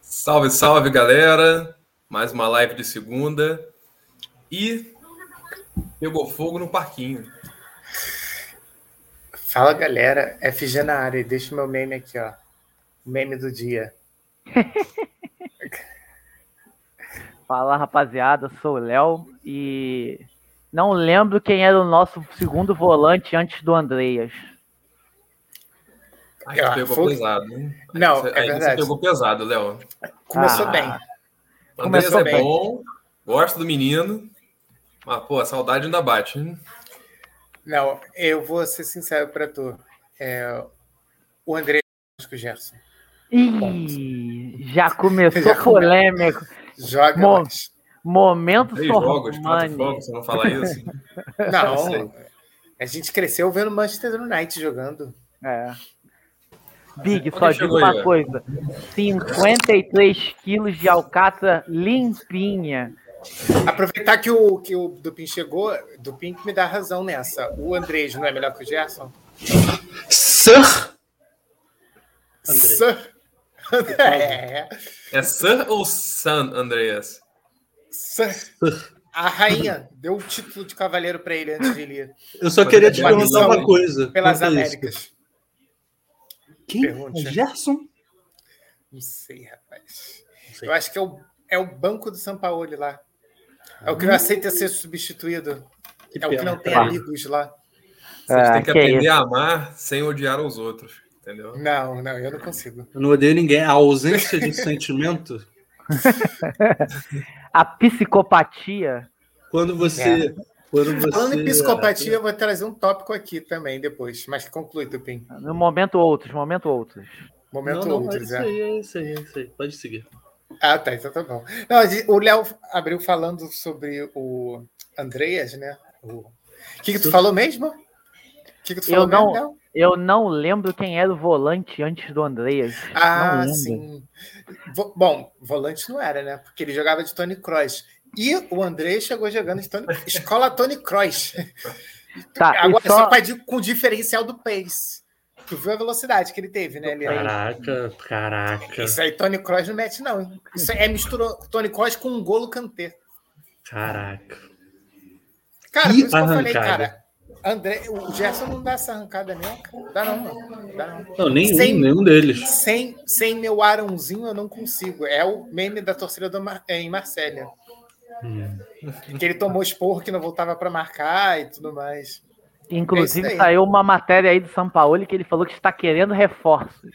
Salve, salve, galera! Mais uma live de segunda. E pegou fogo no parquinho. Fala, galera. FG na área. Deixa o meu meme aqui, ó. O meme do dia. Fala, rapaziada. Sou o Léo e não lembro quem era o nosso segundo volante antes do Andreas. Aí tu Ah, pegou foi- pesado, hein? Aí Não, você- é aí você verdade. pegou pesado, Léo. Começou Ah. bem. Andrés Começou é bem. bom, gosto do menino, mas, pô, a saudade ainda bate, hein? Não, eu vou ser sincero pra tu. É, o André acho que o Gerson. Ih, já começou Já come- polêmico. Joga Bom. mais. Momento Três jogos, quatro Sormani. jogos, você não fala isso? Não, a gente cresceu vendo Manchester United jogando. É. Big, Olha só quem digo chegou uma aí, ó. coisa: 53 quilos de alcatra limpinha. Aproveitar que o, que o Dupin chegou, Dupin que me dá razão nessa. O Andrés não é melhor que o Gerson? Sir? Sir. É. É Sir ou San, Andreas? Sir. A rainha deu o título de cavaleiro pra ele antes de ele ir Eu só queria te Mas perguntar não, uma coisa. pelas quanto a isso. Américas. Quem? Pergunte. É Gerson? Não sei, rapaz. sei. Eu acho que é o, é o banco do São Paulo lá. É o que não aceita ser substituído. Ah. Que É o que pena. não tem amigos lá. Vocês Ah, têm que que aprender isso. a amar sem odiar os outros, entendeu? Não, não, eu não consigo. Eu não odeio ninguém. A ausência de sentimento, A psicopatia. quando você. Quando você Falando em psicopatia, eu vou trazer um tópico aqui também depois. Mas conclui, Tupim. No momento outros, momento outros. Momento não, não, outros, é é. isso aí, é isso aí, é isso aí. Pode seguir. Ah, tá, então tá bom. Não, a gente- o Léo abriu falando sobre o Andreas, né? O que, que tu falou mesmo? O que, que tu Eu falou mesmo, não- Léo? Eu não lembro quem era o volante antes do Andreas. não Ah, lembro. sim. Vo- bom, volante não era, né? Porque ele jogava de Tony Kroos. E o André chegou jogando de Tony... escola Tony Kroos. Tá, e Agora, só- só, pra di- com o diferencial do pace. Tu viu a velocidade que ele teve, né? Ele... Caraca, caraca, Isso aí Tony Kroos não mete, não. hein? Isso aí é misturou Tony Kroos com um golo Kanté. caraca. Cara, Que por isso que eu falei, arrancada. cara. André, o Gerson não dá essa arrancada não, cara. Dá não, mano. Dá não. Não, nenhum, Sem- nenhum deles. Sem, sem meu Arãozinho eu não consigo. É o meme da torcida do Mar- em Marsella. Hum. Que ele tomou esporro que não voltava pra marcar e tudo mais. Inclusive, É isso aí. saiu uma matéria aí do São Paulo que ele falou que está querendo reforços.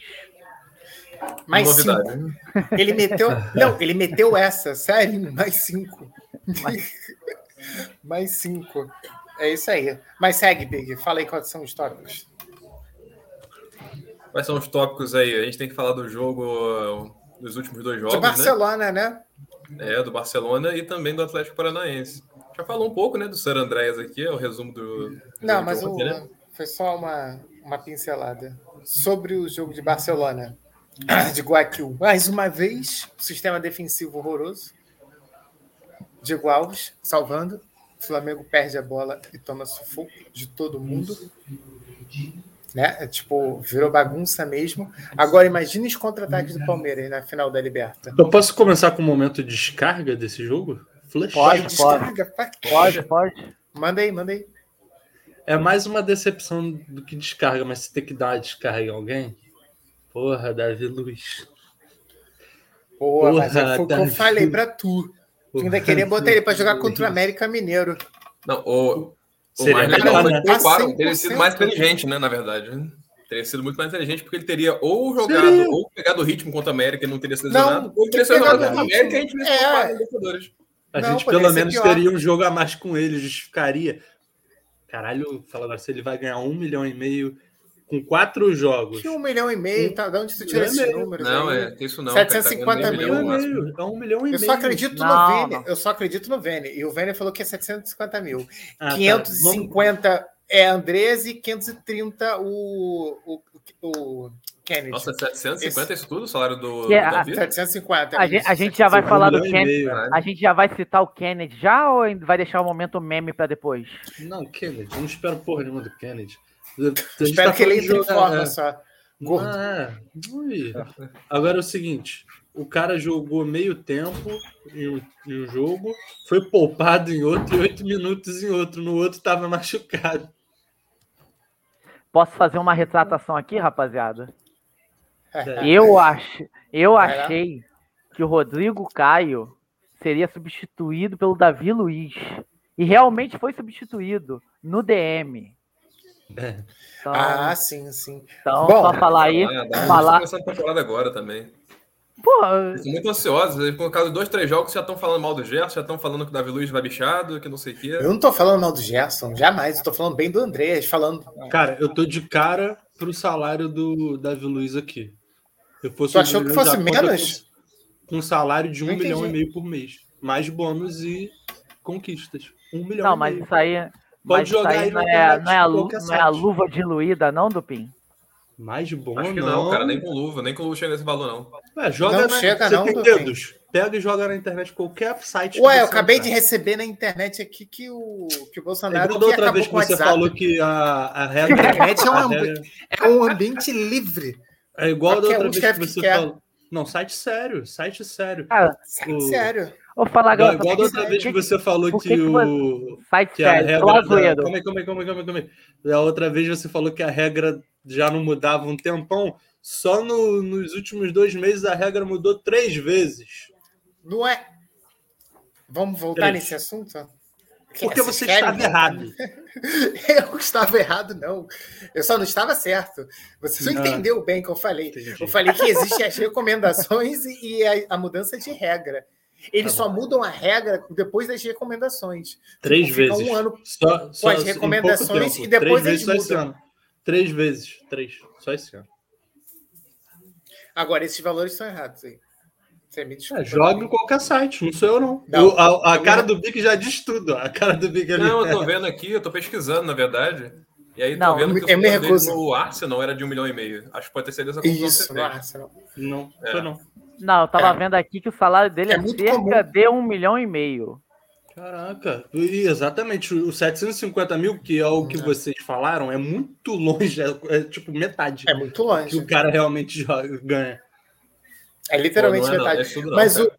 Mais Novidade. cinco. Ele meteu. Não, ele meteu essa, sério, mais cinco. mais cinco. É isso aí. Mas segue, Big. Fala aí quais são os tópicos. Quais são os tópicos aí? A gente tem que falar do jogo, uh, dos últimos dois jogos, De Barcelona, né? né? É, do Barcelona e também do Atlético Paranaense. Já falou um pouco, né, do Ser Andréas aqui, é o resumo do... do Não, jogo mas de o- ontem, né? foi só uma, uma pincelada. Sobre o jogo de Barcelona, de Guayaquil. Mais uma vez, sistema defensivo horroroso. Diego Alves salvando. O Flamengo perde a bola e toma sufoco de todo mundo. Né? É, tipo, virou bagunça mesmo. Agora imagina os contra-ataques do Palmeiras aí na final da Liberta. Eu posso começar com o momento de descarga desse jogo? Flash. Pode. Descarga, pá. Pode, Então, pode. Manda aí, manda aí. É mais uma decepção do que descarga, mas se tem que dar a descarga em alguém. Porra, Davi Luiz. Boa, mas Porra, foi o que eu Davi. falei pra tu. Tu ainda queria botar ele pra jogar contra o América Mineiro. Não, o, o Seria mais melhor, legal foi né? que o Cuaro Tá teria sido mais 100%. inteligente, né, na verdade. Teria sido muito mais inteligente, porque ele teria ou jogado, Seria. ou pegado o ritmo contra a América e não teria se Não, lesionado, ou ele teria se pegado lesionado o contra a ritmo. América e a gente teria É. se poupado na Libertadores. A Não, gente poderia pelo ser menos pior. teria um jogo a mais com ele, justificaria. Caralho, falando se ele vai ganhar um milhão e meio com quatro jogos. Tinha um milhão e meio, tá? De onde tu tirou Não é esses mesmo. números? Não, aí? é, tem isso não. 750 cara, tá ganhando meio mil, né? milhão milhão no e máximo. meio. É um milhão e Eu meio. só acredito Não, no Vene. não. Eu só acredito no Vene. E o Vene falou que é 750 mil. Ah, tá. 550 é Andrés e 530 o, o, o Kennedy. Nossa, 750 é isso tudo? O salário do, do Que é, Davi? 750. A isso, gen- a gente já 750. vai Vamos- falar do um milhão e Kennedy. meio. né? Caralho. A gente já vai citar o Kennedy já ou ainda vai deixar o momento meme pra depois? Não, Kennedy, eu não espero porra nenhuma do Kennedy. Eu, tá Ah, é. Espero que ele entre em forma só. Gordo. Ah, é. Agora é o seguinte: o cara jogou meio tempo em um, em um jogo, foi poupado em outro e oito minutos em outro. No outro tava machucado. Posso fazer uma retratação aqui, rapaziada? É. Eu acho, eu É. Vai lá. achei que o Rodrigo Caio seria substituído pelo Davi Luiz. E realmente foi substituído no DM. É. Então, Ah, sim, sim. então bom. só falar aí, Ah, dá pra falar. começar a temporada agora também. Pô, Eles são muito ansiosos. Eles, por causa de dois, três jogos, já estão falando mal do Gerson, já estão falando que o Davi Luiz vai bichado, que não sei o quê. Eu não tô falando mal do Gerson, jamais. Eu tô falando bem do Andrés, falando. Cara, eu tô de cara pro salário do Davi Luiz aqui. Eu fosse Tu o achou que Luiz, fosse a conta menos? Com, com um salário de um Não entendi. milhão e meio por mês. Mais bônus e conquistas. Um milhão não, e mas meio. isso aí, Pode mas isso jogar aí aí não, na é, internet, não, é a, lu- qualquer não é a site. luva diluída, não, Dupin? Mais bônus. Acho que não, cara, nem com luva, nem com luva chega nesse valor, não. Ué, joga Não na... chega Você não, tem Dupin. dedos. Pega e joga na internet qualquer site. Ué, eu acabei de receber na internet aqui que o, que o É Bolsonaro tá que igual da outra acabou vez que com o você WhatsApp. falou que a, a regra. Internet é um a ambi- regra- É um ambiente livre. É igual da Qualquer outra um vez escreve que o que você quer. falou. Não, site sério, site sério. Cara, O- Sério. vou falar Não, agora. tá igual da outra sério. vez que você falou Por que, que que o. Site Que a sério, regra. só Da... zoeiro. Calma aí, calma aí, calma aí, calma aí, calma aí. Da outra vez você falou que a regra já não mudava um tempão. Só no- nos últimos dois meses a regra mudou três vezes. Não é. Vamos voltar Três. nesse assunto? Porque você Vocês querem estava errado. Eu estava errado, não. Eu só não estava certo. Você não, Não. entendeu bem o que eu falei. Entendi. Eu falei que existem as recomendações e e a, a mudança de regra. Eles Tá só mudam a regra depois das recomendações. Três Fica um vezes. ano Só, só as em pouco recomendações tempo. e depois Três vezes só eles esse mudam. ano. Três vezes. Três. Só esse ano. Agora, esses valores estão errados aí. Você me desculpa. É, joga em qualquer site, não sou eu, não. Não. Eu- a, a cara do Bic já diz tudo. ó. A cara do Bic ali. Não, eu tô vendo aqui, eu tô pesquisando, na verdade. E aí tô Não, vendo que eu me salário dele recuso. no Arsenal era de um milhão e meio. Acho que pode ter sido essa conclusão. que você Isso, né? fez. nossa. não. Não, É. foi não. Não, eu tava É. vendo aqui que o salário dele É é, muito cerca comum. de um milhão e meio. Caraca. E, exatamente. O 750 mil, que é o que Não. vocês falaram, é muito longe. É, é tipo metade É muito que longe. o cara realmente joga- ganha. É literalmente Pô, não é não, metade. é tudo não, Mas cara.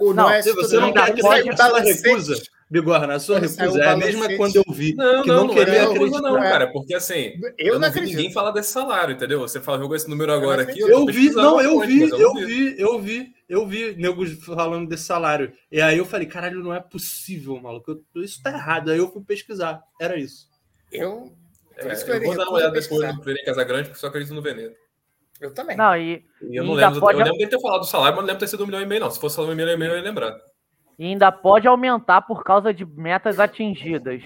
o, o Não, não, é Se isso você tudo não quer Ele que saiu saia a sua balancete. recusa, Bigorna, a sua Ele saiu recusa é a mesma balancete. quando eu vi. Não, que não, não, não, queria é não, coisa acreditar. não, acreditar. cara, porque assim, Eu, não vi ninguém acredito. falar desse salário, entendeu? Você fala, jogou esse número agora aqui. acredito. tô Eu vi, pesquisando não, eu algumas vi, coisas, eu vi, eu vi, eu vi nego falando desse salário. E aí eu falei, caralho, não é possível, maluco. eu- isso tá errado. Aí eu fui pesquisar. Era isso. Eu, por É, isso que eu eu, vou dar uma eu, olhada depois né? no Pereira Casagrande, porque só acredito no Veneto. eu também. Não, e, E eu não Ainda lembro, Hum, pode- eu lembro de ter falado do salário, mas não lembro de ter sido um milhão e meio, não. Se fosse um milhão e meio, eu ia lembrar. e ainda pode aumentar por causa de metas atingidas.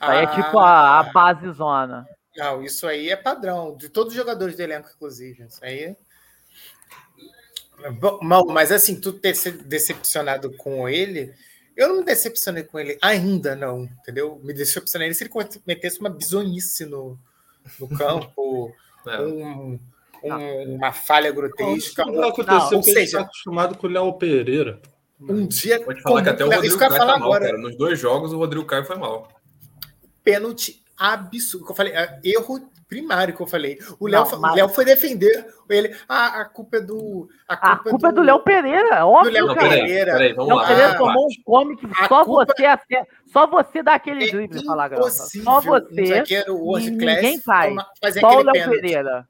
Aí é Ah, tipo a, a base zona. Não, isso aí é padrão, de todos os jogadores do elenco, inclusive. Isso aí. é- Bom, Mal, mas assim, tu ter se decepcionado com ele, eu não me decepcionei com ele ainda, não, entendeu? Me decepcionei se ele cometesse uma bizonice no, no campo, É. um- um- uma falha grotesca. Não aconteceu ou que a gente seja- tá acostumado com o Léo Pereira. Um dia. Pode falar que até o Não, Rodrigo é isso que eu Caio tá ia falar mal, agora. cara. Nos dois jogos, o Rodrigo Caio foi mal. pênalti absurdo. que Eu falei, é, erro primário que eu falei. O Léo, Não, fa- mas- o Léo foi defender ele. Ah, a culpa é do. A culpa é do Léo Pereira, óbvio, Léo Não, cara. peraí, Pereira. peraí, vamos Léo lá. Pereira Ah, tomou um come que a só culpa- você acerta, só você dá aquele É drible, falar graça. Só impossível um você, zagueiro world e class ninguém faz. toma- fazer só o aquele Léo pênalti. Pereira.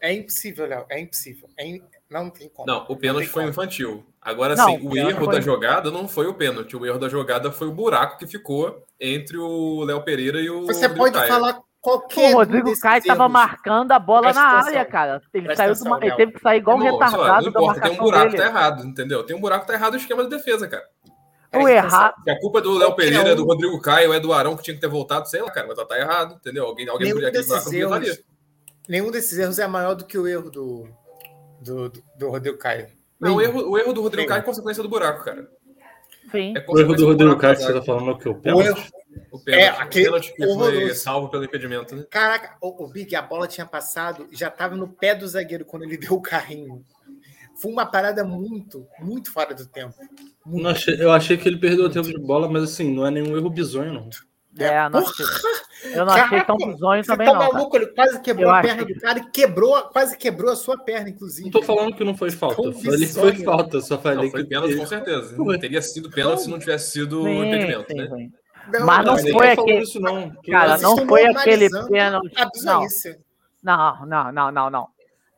É impossível, Léo. É impossível. É im- Não tem como. Não, o pênalti tem foi como. infantil. Agora Não, sim, o o pênalti erro foi- da jogada não foi o pênalti. O erro da jogada foi o buraco que ficou entre o Léo Pereira e o. Você Rodrigo pode Caio. falar Pô, qualquer. o um Rodrigo desses Caio tava erros. marcando a bola Presta na atenção. área, cara. Ele, Presta saiu de uma- atenção, ele teve que sair igual um Irmão, sei lá, retardado Não importa, da tem um marcação buraco que dele. tá errado, entendeu? Tem um buraco que tá errado o esquema de defesa, cara. o Presta atenção. errar, Se a culpa é do Léo Qualquer Pereira, é do um. Rodrigo Caio, é do Arão que tinha que ter voltado, sei lá, cara, mas tá, tá errado, entendeu? Alguém, alguém Nenhum podia aquele buraco desses não podia estar erros. ali. Nenhum desses erros é maior do que o erro do, do, do, do Rodrigo Caio. Não, Nenhum. o erro, o erro do Rodrigo Nenhum. Caio é consequência do buraco, cara. tá? sim. É O erro consequência do Rodrigo buraco Caio da que você tá zaga. falando é o que? O O pênalti? erro O pênalti, É, o aquele pênalti que foi horroroso. salvo pelo impedimento, né? Caraca, o, o Big, a bola tinha passado, já estava no pé do zagueiro quando ele deu o carrinho. Foi uma parada muito, muito fora do tempo. Não achei- eu achei que ele perdeu tempo de bola, mas assim, não é nenhum erro bizonho, não. É, É, nós, Eu não achei tão bizonho Você também, tá não. cara. maluco? Ele quase quebrou Eu a acho perna do cara e quebrou, quase quebrou a sua perna, inclusive. Não tô falando que não foi falta. Tão Eu falei que bizonho. foi um falta. eu Só falei Não, foi que. pênalti, com certeza. Não teria sido pênalti se não tivesse sido Sim, impedimento, sim, né? sim. Não, Mas Não, Ah, não mas ninguém foi tá falando aquele- isso, não. Que- Cara, vocês não estão foi aquele normalizando pênalti. A Não, bizonhice. não, não, não, não, não.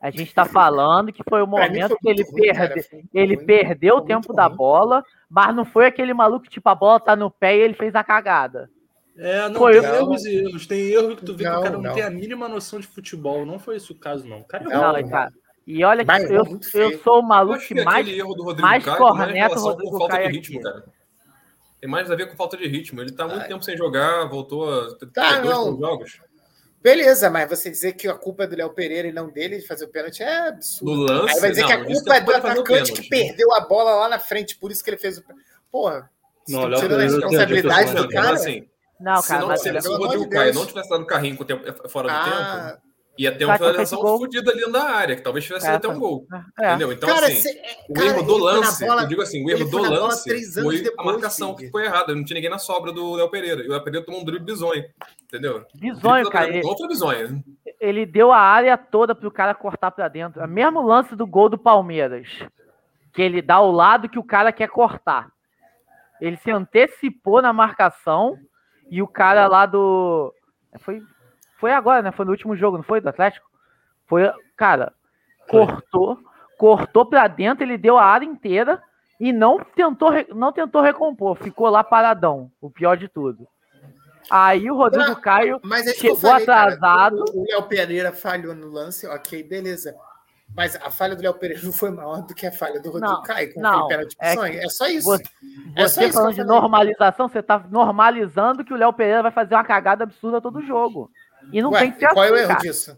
A gente tá falando que foi o Pra mim momento foi que ele, muito ruim, cara, perde, foi ele ruim. perdeu o foi muito tempo da ruim. bola, mas não foi aquele maluco, tipo, a bola tá no pé e ele fez a cagada. É, não, Foi um tem eu- erros e erros. Tem erro que tu vê que Não, o cara não, não. tem a mínima noção de futebol. Não foi isso o caso, não. O cara errou. Não, Não, não. cara. E olha que Mas eu, é muito eu feio. sou o Eu maluco acho que que mais. aquele erro do Rodrigo mais Caio não é em corneto relação Rodrigo com falta Caio é de ritmo, aqui. cara. Tem mais a ver com falta de ritmo. Ele tá há muito tempo sem jogar, voltou a ter Tá, dois não. bons jogos. Beleza, mas você dizer que a culpa é do Léo Pereira e não dele de fazer o pênalti é No absurdo. lance, Aí vai dizer não, que a isso culpa é do pode fazer o atacante que pênalti. né? perdeu a bola lá na frente, por isso que ele fez o pênalti. Porra, Não, estão tirando Léo a Pereira, eu tenho responsabilidade defesa, do Mas, cara. assim, Não, se, cara, não, mas é se, olha, se pelo o amor Rodrigo de Caio Deus. não tivesse dado carrinho com o tempo- é, fora do tempo, Ah, ia ter um uma Será que ia ter finalização gol? fodida ali na área, que talvez tivesse sido até Cara, um gol. é. Entendeu? Então, cara, assim, cê- é, o cara, erro ele do foi na lance, bola- eu digo assim, o ele erro do foi na bola lance três anos foi a depois, marcação Felipe. que foi errada. Não tinha ninguém na sobra do Léo Pereira. E o Léo Pereira tomou um drible bizonho, entendeu? Bizonho, cara. Ele, Outro bizonho. ele deu a área toda pro cara cortar pra dentro. É o mesmo lance do gol do Palmeiras. Que ele dá o lado que o cara quer cortar. Ele se antecipou na marcação e o cara lá do. é, Foi, foi agora, né? Foi no último jogo, não foi? Do Atlético? Foi. Cara, Foi. cortou, cortou pra dentro, ele deu a área inteira e não tentou, re- não tentou recompor. Ficou lá paradão. O pior de tudo. Aí o Rodrigo Não, Caio Mas é isso Chegou que eu falei, cara. atrasado. O o Léo Pereira falhou no lance, ok, beleza. Mas a falha do Léo Pereira não foi maior do que a falha do Rodrigo Não, Caio com não, aquele pênalti pro é sonho. É só isso. Você, É só isso você que eu falando de falei. normalização, você tá normalizando que o Léo Pereira vai fazer uma cagada absurda todo jogo. E não Ué, tem que ser e qual é o assim, erro cara. disso?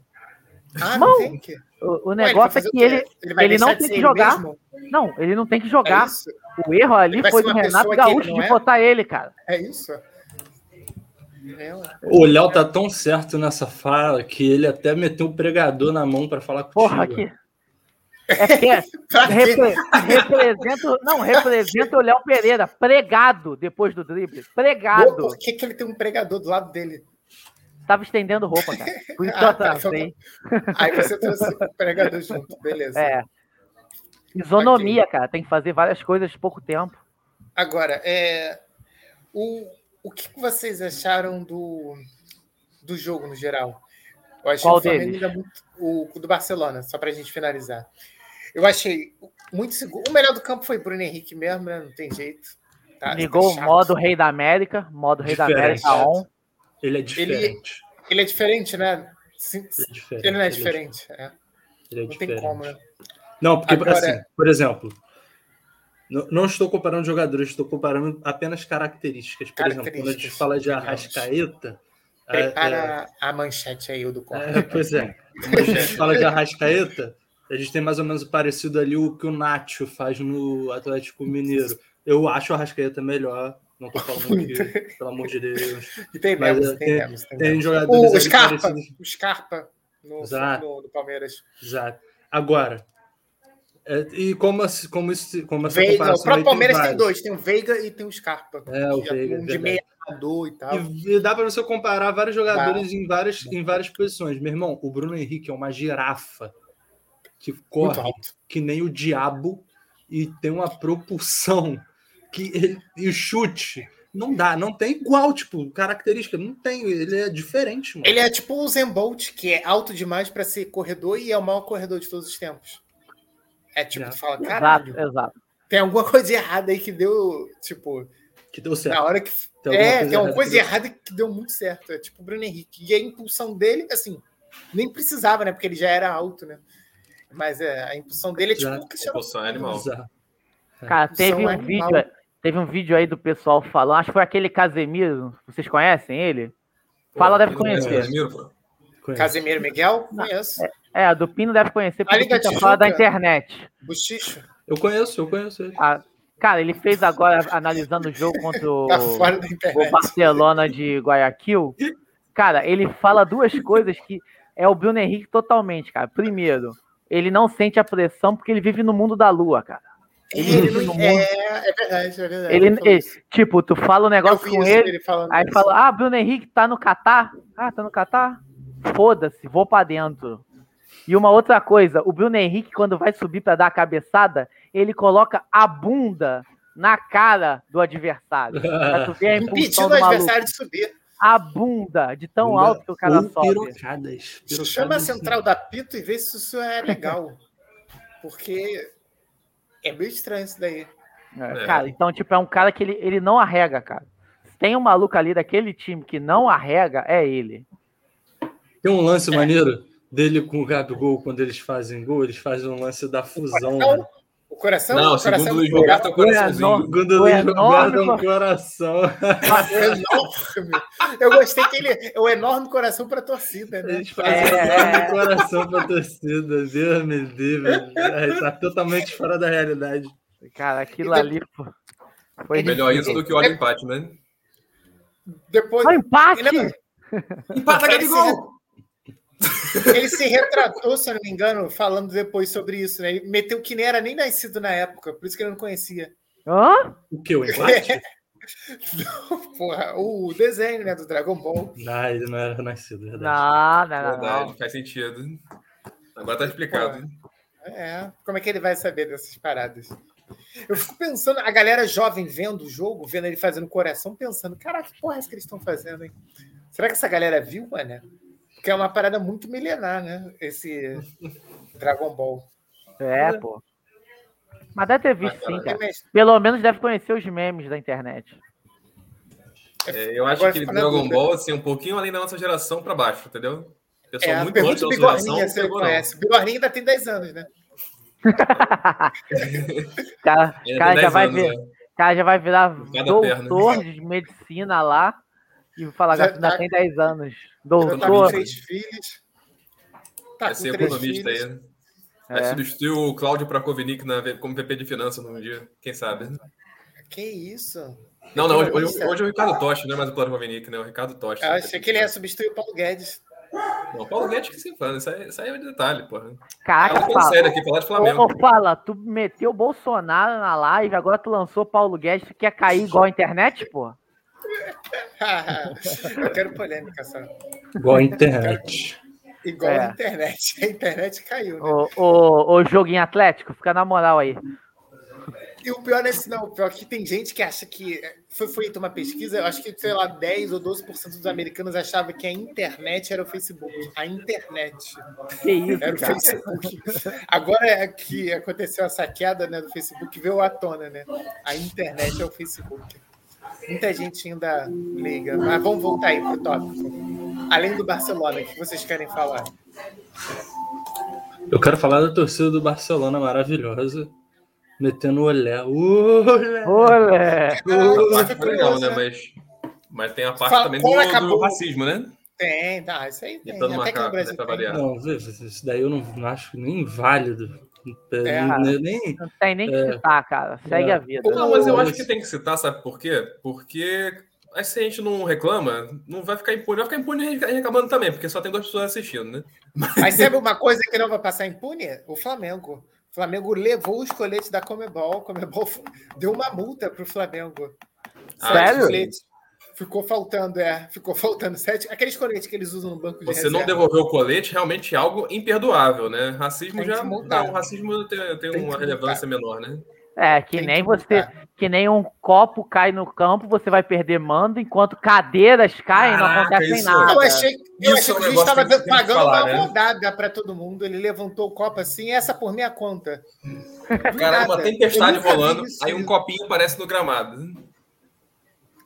Ah, Não. não tem que. O, o Ué, negócio vai fazer é o que quê? ele. vai ele não deixar de tem ser que ele jogar. mesmo? Não, ele não tem que É jogar. isso? O erro ali Ele vai foi ser do uma Renato pessoa que ele Gaúcho não de é? botar ele, cara. É isso? É, ué. O Léo tá tão certo nessa fala que ele até meteu um pregador na mão pra falar contigo. Porra, que. É que Pra quê? repre- representa. Não, representa o Léo Pereira. Pregado depois do drible. Pô, Pregado. Por que, que ele tem um pregador do lado dele? Tava estendendo roupa, cara. Por isso que eu Ah, tá, atrasei. Aí você trouxe o pregador junto, beleza. É. Isonomia, cara. Tem que fazer várias coisas em pouco tempo. Agora, é, o, o que que vocês acharam do, do jogo no geral? Eu achei Qual o Flamengo deles? ainda muito. O, o do Barcelona, só para a gente finalizar. Eu achei muito seguro. O melhor do campo foi Bruno Henrique mesmo, né? Não tem jeito. Tá- tá Ligou o chato. modo Rei da América, modo Rei da Diferente. América on. Ele é diferente. Ele é diferente, né? Sim, Ele é diferente. ele não é Ele diferente. é. ele é Não tem diferente. como, né? Não, porque, Agora- assim, por exemplo, n- não estou comparando jogadores, estou comparando apenas características. Por exemplo, quando a gente Características. fala de Arrascaeta. é- Prepara a manchete aí, o do Copa. é- é, pois é. Quando a gente fala de Arrascaeta, a gente tem mais ou menos parecido ali o que o Nacho faz no Atlético Mineiro. Eu acho o Arrascaeta melhor. Não tô falando que, pelo amor de Deus. Mas, Entendemos, é, entendemos. entendemos. Tem jogadores O, o ali Scarpa, parecidos. o Scarpa no, Exato. no- no Palmeiras. Exato. Agora, é, e como, as- como, isso, como essa Veiga, o comparação aí próprio Palmeiras tem várias. dois, tem o Veiga e tem o Scarpa. É, o Que já Veiga, tem um é de verdade. meiador e tal. E, e dá para você comparar vários jogadores em várias, em várias posições. Meu irmão, o Bruno Henrique é uma girafa que Muito corre alto. que nem o diabo e tem uma propulsão que ele- e o chute não dá, não tem igual, tipo, característica, não tem, ele é diferente, mano. Ele é tipo o Zen Bolt, que é alto demais para ser corredor e é o maior corredor de todos os tempos. É tipo, É. tu fala, caralho, Exato, exato. tem alguma coisa errada aí que deu, tipo, Que deu certo. na hora que. É. Tem alguma é, tem alguma coisa errada coisa que deu- errada que deu muito certo. É tipo o Bruno Henrique. E a impulsão dele, assim, nem precisava, né? Porque ele já era alto, né? Mas é, a impulsão dele é tipo Exato. o Cristiano Poção é animal. Exato. Cara, São teve um animal. vídeo, teve um vídeo aí do pessoal falando, acho que foi aquele Casemiro, vocês conhecem ele? Fala, deve Pô, ele conhecer. é Casemiro, pô. Conhece. Casemiro Miguel, conheço. É, do Pino deve conhecer, A porque Liga ele tá Tijuca. fora da internet. Buchicho. Eu conheço, eu conheço ele. A- cara, ele fez agora, analisando o jogo contra o, Tá fora da o internet. Barcelona de Guayaquil, cara, ele fala duas coisas que é o Bruno Henrique totalmente, cara. Primeiro, ele não sente a pressão porque ele vive no mundo da lua, cara. Ele não- é, é verdade, é verdade. Ele, falou ele- isso. tipo, tu fala um Eu negócio vi com isso, ele, ele falando aí isso. fala, ah, Bruno Henrique tá no Catar? Ah, tá no Catar? Foda-se, vou pra dentro. E uma outra coisa, o Bruno Henrique, quando vai subir pra dar a cabeçada, ele coloca a bunda na cara do adversário. Pra tu ver a impulsão impedindo o do maluco. adversário de subir. A bunda, de tão Bunda alto que o cara Ou sobe. pirocadas. pirocadas. Chama a central da Pito e vê se isso é legal. Porque é meio estranho isso daí. É, É. Cara, então, tipo, é um cara que ele, ele não arrega, cara. Se tem um maluco ali daquele time que não arrega, é ele. Tem um lance maneiro dele com o Gabigol, quando eles fazem gol, eles fazem um lance da fusão. Não, né? o coração. Não, o coração segundo o Luiz Roberto é o coraçãozinho. enorme. Quando o Foi Luiz Roberto é um enorme, coração. é enorme. Eu gostei que ele é um enorme coração para torcida, né? Eles fazem É. um grande coração pra torcida. Deus me livre. É, Tá totalmente fora da realidade. É, Cara, aquilo Ele- ali pô, foi é Melhor isso ridículo. do que É o empate, né? Depois Só um empate! Ele é- Empata, Gabigol! ele se retratou, se eu não me engano, falando depois sobre isso, né? Ele meteu que nem era nem nascido na época, por isso que ele não conhecia. Hã? O que? O empate? Porra, o desenho, né, do Dragon Ball. Não, ele não era nascido, é verdade. Não, não, não, não. Verdade, faz sentido. Agora tá explicado. hein? É, como é que ele vai saber dessas paradas? Eu fico pensando, a galera jovem vendo o jogo, vendo ele fazendo coração, pensando, caraca, que porra é essa que eles estão fazendo, hein? Será que essa galera viu, mano? Porque é uma parada muito milenar, né? Esse Dragon Ball. É, pô. Mas deve ter visto sim, É, cara. mas Pelo menos deve conhecer os memes da internet. É, eu acho Agora que fica na Dragon dúvida. Ball, assim, um pouquinho além da nossa geração pra baixo, entendeu? Pessoal é, muito antes pergunta da nossa geração. o Bigorninha não se ele pegou, não. conhece. O Bigorninha ainda tem 10 anos, né? O cara, Ele cara tem já 10 vai anos, ver. né? o cara já vai virar cada doutor de medicina lá e falar Já que ainda tá- tem 10 anos. Já tá com Doutor. três filhos. Tá Vai com ser três economista aí. filhos. né? Vai É. substituir o Cláudio Prakovinik na, como VP de Finanças num dia, quem sabe. né? Que isso? Não, não, hoje, hoje, Economista. hoje é o Ricardo Tosti, não é mais o Prakovinik, né? O Ricardo Tosti. Eu achei que ele ia substituir o Paulo Guedes. Não, o Paulo Guedes que se fala, isso aí, isso aí é detalhe, porra. Caraca, Fala fala. sério aqui, falar de Flamengo. Ô, fala, tu meteu o Bolsonaro na live, agora tu lançou Paulo Guedes, tu quer cair igual a internet, pô? Eu quero polêmica só. Igual a internet. Igual É. a internet. A internet caiu, né? O, o, o joguinho atlético, fica na moral aí. E o pior não é esse, não. O pior é que tem gente que acha que. é, Foi feita uma pesquisa, eu acho que, sei lá, 10 ou 12% dos americanos achavam que a internet era o Facebook. A internet. Que isso, Era o cara. Facebook. Agora é que aconteceu a saqueada né, do Facebook, veio à tona, né? A internet é o Facebook. Muita gente ainda liga. Mas vamos voltar aí pro tópico. Além do Barcelona, o que vocês querem falar? Eu quero falar da torcida do Barcelona maravilhosa. Metendo o olé. Olé! Olé. A Ah, parte isso é foi legal, curioso, né? Mas, mas tem a parte Fala, também do, como do acabou? racismo, né? Tem, tá, isso aí tem. Imitando Até que no macaco, né, Brasil pra tem. variar. Não, veja, isso daí eu não, não acho nem válido. É. Nem- nem, Não tem nem que É. citar, cara. Segue É. a vida. Não, mas eu Não, acho mas- que tem que citar, sabe por quê? Porque aí, se a gente não reclama, não vai ficar impune. Vai ficar impune e reclamando também, porque só tem duas pessoas assistindo, né? Mas sabe uma coisa que não vai passar impune? O Flamengo. O Flamengo levou os coletes da Comebol. A Comebol deu uma multa pro Flamengo. Ah, Sério? Sete coletes. Ficou faltando, é. Ficou faltando sete. Aqueles coletes que eles usam no banco de Você não reserva. devolveu o colete, realmente é algo imperdoável, né? Racismo Tem que já. multar. Não, o racismo tem, tem Tem que uma relevância menor, né? É, que Tem nem que você, mudar. que nem um copo cai no campo, você vai perder mando, enquanto cadeiras caem, não Caraca, acontece isso- nada. Ah, Eu achei, Isso é um eu achei que o juiz negócio estava que tem que pagando falar, uma né? rodada para todo mundo. Ele levantou o copo assim, essa por minha conta. Cara, uma Nada. tempestade É Eu nunca vi rolando, isso. né? aí um copinho aparece no gramado.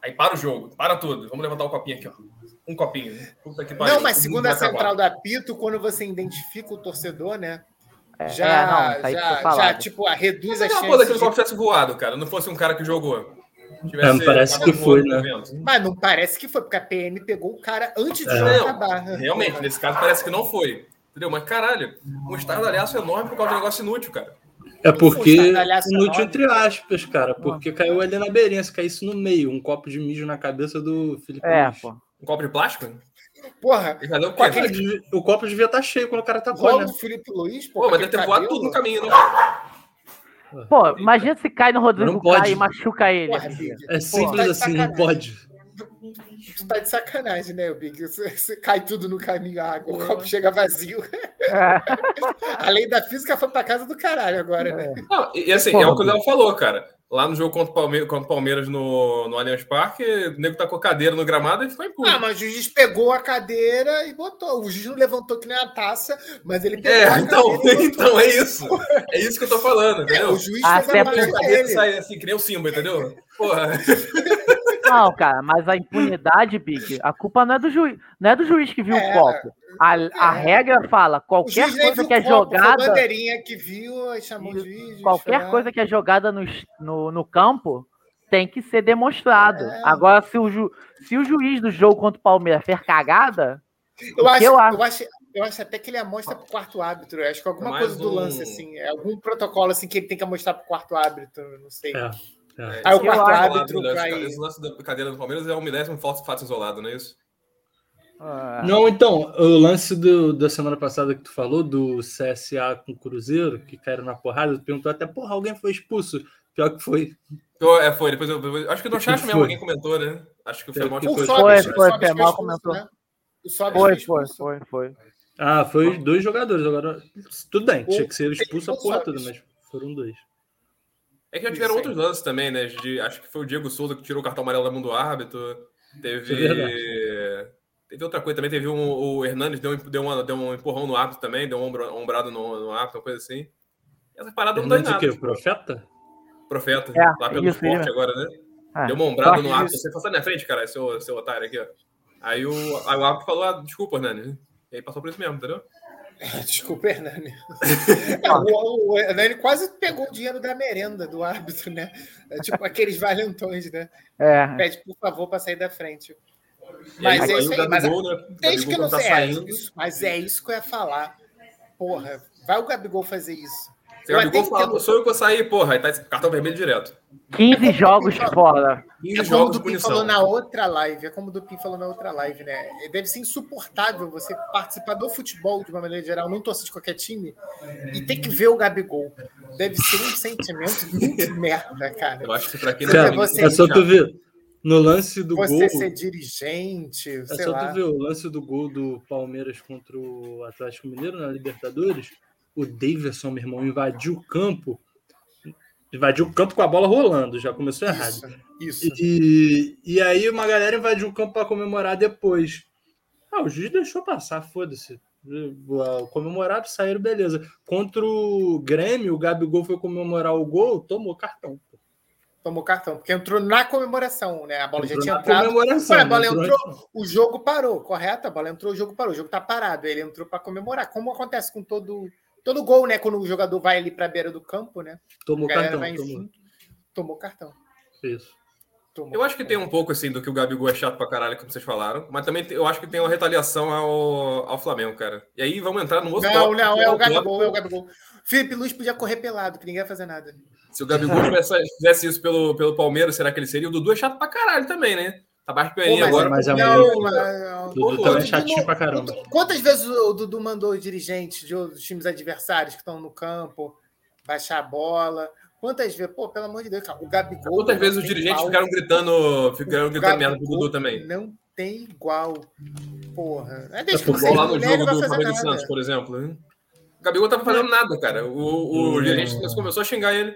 Aí para o jogo, para tudo. Vamos levantar o copinho aqui, ó. Um copinho. Puta que pariu, Não, mas o mundo segundo a vai acabar. central da Pito, quando você identifica o torcedor, né? É, Já, é, não, isso aí foi já, já, falado. tipo, a- reduz Mas as é uma coisa que chances. o de- copo tivesse voado, cara. Não fosse um cara que jogou. É, me parece tava que voando foi, no né? evento. Mas não parece que foi, porque a PM pegou o cara antes do É. jogo Não, acabar. né? Realmente, nesse caso parece que não foi. Entendeu? Mas caralho, um estardalhaço enorme por causa de um negócio inútil, cara. É porque Não foi um estardalhaço inútil enorme. entre aspas, cara, porque caiu ali na beirinha, se caísse no meio, um copo de mijo na cabeça do Felipe É, Luiz. pô. Um copo de plástico? um Porra, E cadê o Com quê? aquele- Mas- Ele- O copo devia estar cheio quando o cara tá rolo fora, do Felipe Luiz, pô. Pô, mas aquele deve ter voado cabelo. tudo no caminho, né? Pô, imagina se cai no Rodrigo Não Caio pode. e machuca ele. Porra, amigo. Big. É Pô, simples tá de assim, não sacanagem. pode. Tu tá de sacanagem, né, Big? Você- você cai tudo no caminho, a água, o copo chega vazio. É. Além da física, foi pra casa do caralho agora, né? Não, e e assim, é o que o Léo falou, cara. Lá no jogo contra o Palmeiras, contra o Palmeiras no, no Allianz Parque, o nego tacou cadeira no gramado e ficou impune. Ah, mas o juiz pegou a cadeira e botou. O juiz não levantou que nem a taça, mas ele pegou a É, então, cadeira e botou. então é isso. É isso que eu tô falando, É, O entendeu? juiz Ah, fez a certo. Mas a mágica cadeira dele. sai assim, que nem o Simba, entendeu? Porra. Não, cara, mas a impunidade, Big, a culpa não é do juiz, não é do juiz que viu É. o copo. A, a É. regra fala, O qualquer juiz nem coisa viu que é o copo, foi a jogada, bandeirinha que viu, aí chamou o juiz. qualquer coisa que é jogada no, es- no, no campo tem que ser demonstrado. É. Agora, Agora, se o, ju, se o juiz do jogo contra o Palmeiras fez cagada, Eu o acho, que eu, eu acho. acho. Eu, acho, até que ele amostra pro quarto árbitro. Eu acho que é alguma Mais coisa do um- lance, assim. é Algum protocolo, assim, que ele tem que mostrar pro quarto árbitro. eu Não sei. É. É, Aí o isso que quarto eu acho. árbitro Léo, esse vai- ca- Esse lance da cadeira do Palmeiras é um milésimo falso fato isolado, não é isso? É. ah, Não, então, o lance do- da semana passada que tu falou, do CSA com o Cruzeiro, que caíram na porrada, tu perguntou até, porra, alguém foi expulso. Pior que foi. Eu- é, foi, depois eu. depois- acho que do Chacho mesmo Foi. alguém comentou, né? Acho que foi Foi, mal foi, foi, Foi, Sobis- foi, Sobis foi, mal expulso, comentou. né? O Sobis foi, foi, expulso. foi, foi. Ah, foi dois jogadores. Agora, tudo bem, tinha que ser expulso a Ou porra só toda, isso. mas foram dois. É que já tiveram Isso aí. outros lances também, né? De- acho que foi o Diego Souza que tirou o cartão amarelo da mão do árbitro. Teve. É teve outra coisa também. Teve um, o Hernandes deu, um- deu, uma, deu um empurrão no árbitro também, deu um ombro- ombrado no, no árbitro, uma coisa assim. Essa parada não dá em Hernandes o nada. quê? O tipo, Profeta? Profeta, É, lá pelo isso, esporte isso. agora, né? É. Deu uma ombrada Só no que árbitro. isso- Você passou na minha é frente, cara, seu, seu otário aqui, ó. Aí o, aí o árbitro falou, ah, desculpa, Hernandes. E aí passou por isso mesmo, entendeu? Desculpa, Hernani. É, o, o Hernani quase pegou o dinheiro da merenda do árbitro, né? É tipo aqueles valentões, né? É. Pede, por favor, para sair da frente. E Mas aí, é aí isso o aí, mas Gabigol, né? O Gabigol Desde que não não tá sei, é, saindo. isso, mas é isso que eu ia falar. Porra, vai o Gabigol fazer isso. Se Eu o até Gabigol fala, entendo- sou eu que vou sair, porra. Aí tá esse cartão vermelho direto. 15 jogos fora. 15 É como o jogos de Dupin punição. falou na outra live, é como o Dupin falou na outra live, né? Deve ser insuportável você participar do futebol de uma maneira geral, não torcer de qualquer time, e ter que ver o Gabigol. Deve ser um sentimento muito merda, cara. Eu acho que pra quem não Cara, sabe, você- é só tu chato. ver. No lance do Você gol. ser dirigente, É sei só lá. tu ver o lance do gol do Palmeiras contra o Atlético Mineiro na Libertadores. O Davidson, meu irmão, invadiu o campo. Invadiu o campo com a bola rolando, já começou tá errado. Isso, isso. E, e aí uma galera invadiu o campo para comemorar depois. Ah, o juiz deixou passar, foda-se. O comemorado saíram, beleza. Contra o Grêmio, o Gabigol foi comemorar o gol, tomou cartão. pô. Tomou cartão, porque entrou na comemoração, né? A bola já Entrou tinha na entrado. comemoração, Olha, a bola entrou- entrou, o jogo parou, correto? A bola entrou, o jogo parou, o jogo tá parado. Ele entrou para comemorar, como acontece com todo todo gol, né? Quando o jogador vai ali para beira do campo, né? A Tomou galera cartão. vai Tomou. junto. Tomou cartão. Isso. Tomou. Eu acho que tem um pouco assim do que o Gabigol é chato pra caralho, como vocês falaram, mas também tem- eu acho que tem uma retaliação ao, ao Flamengo, cara. E aí vamos entrar no outro Não, tópico, não, que é o tópico- Gabigol, é o Gabigol. Felipe Luiz podia correr pelado, que ninguém ia fazer nada. Se o Gabigol tivesse- fizesse isso pelo, pelo Palmeiras, será que ele seria? O Dudu é chato pra caralho também, né? Tá baixo do Pô, PN mas- agora. mas é Não, muito- mas- Pô, Dudu também Dudu- é chatinho pra caramba. Quantas vezes o Dudu mandou dirigentes de outros times adversários que estão no campo baixar a bola? Quantas vezes? Pô, pelo amor de Deus, cara, o Gabigol. Quantas vezes não os tem dirigentes pau. ficaram gritando, ficaram O gritando merda pro Gabigol Dudu também? Não tem igual. Porra. É É desde que futebol vocês lá no não lembram, jogo vai do fazer Palmeiras e nada. Santos, por exemplo. né? O Gabigol tava fazendo nada, cara. O, o Hum. dirigente começou a xingar ele.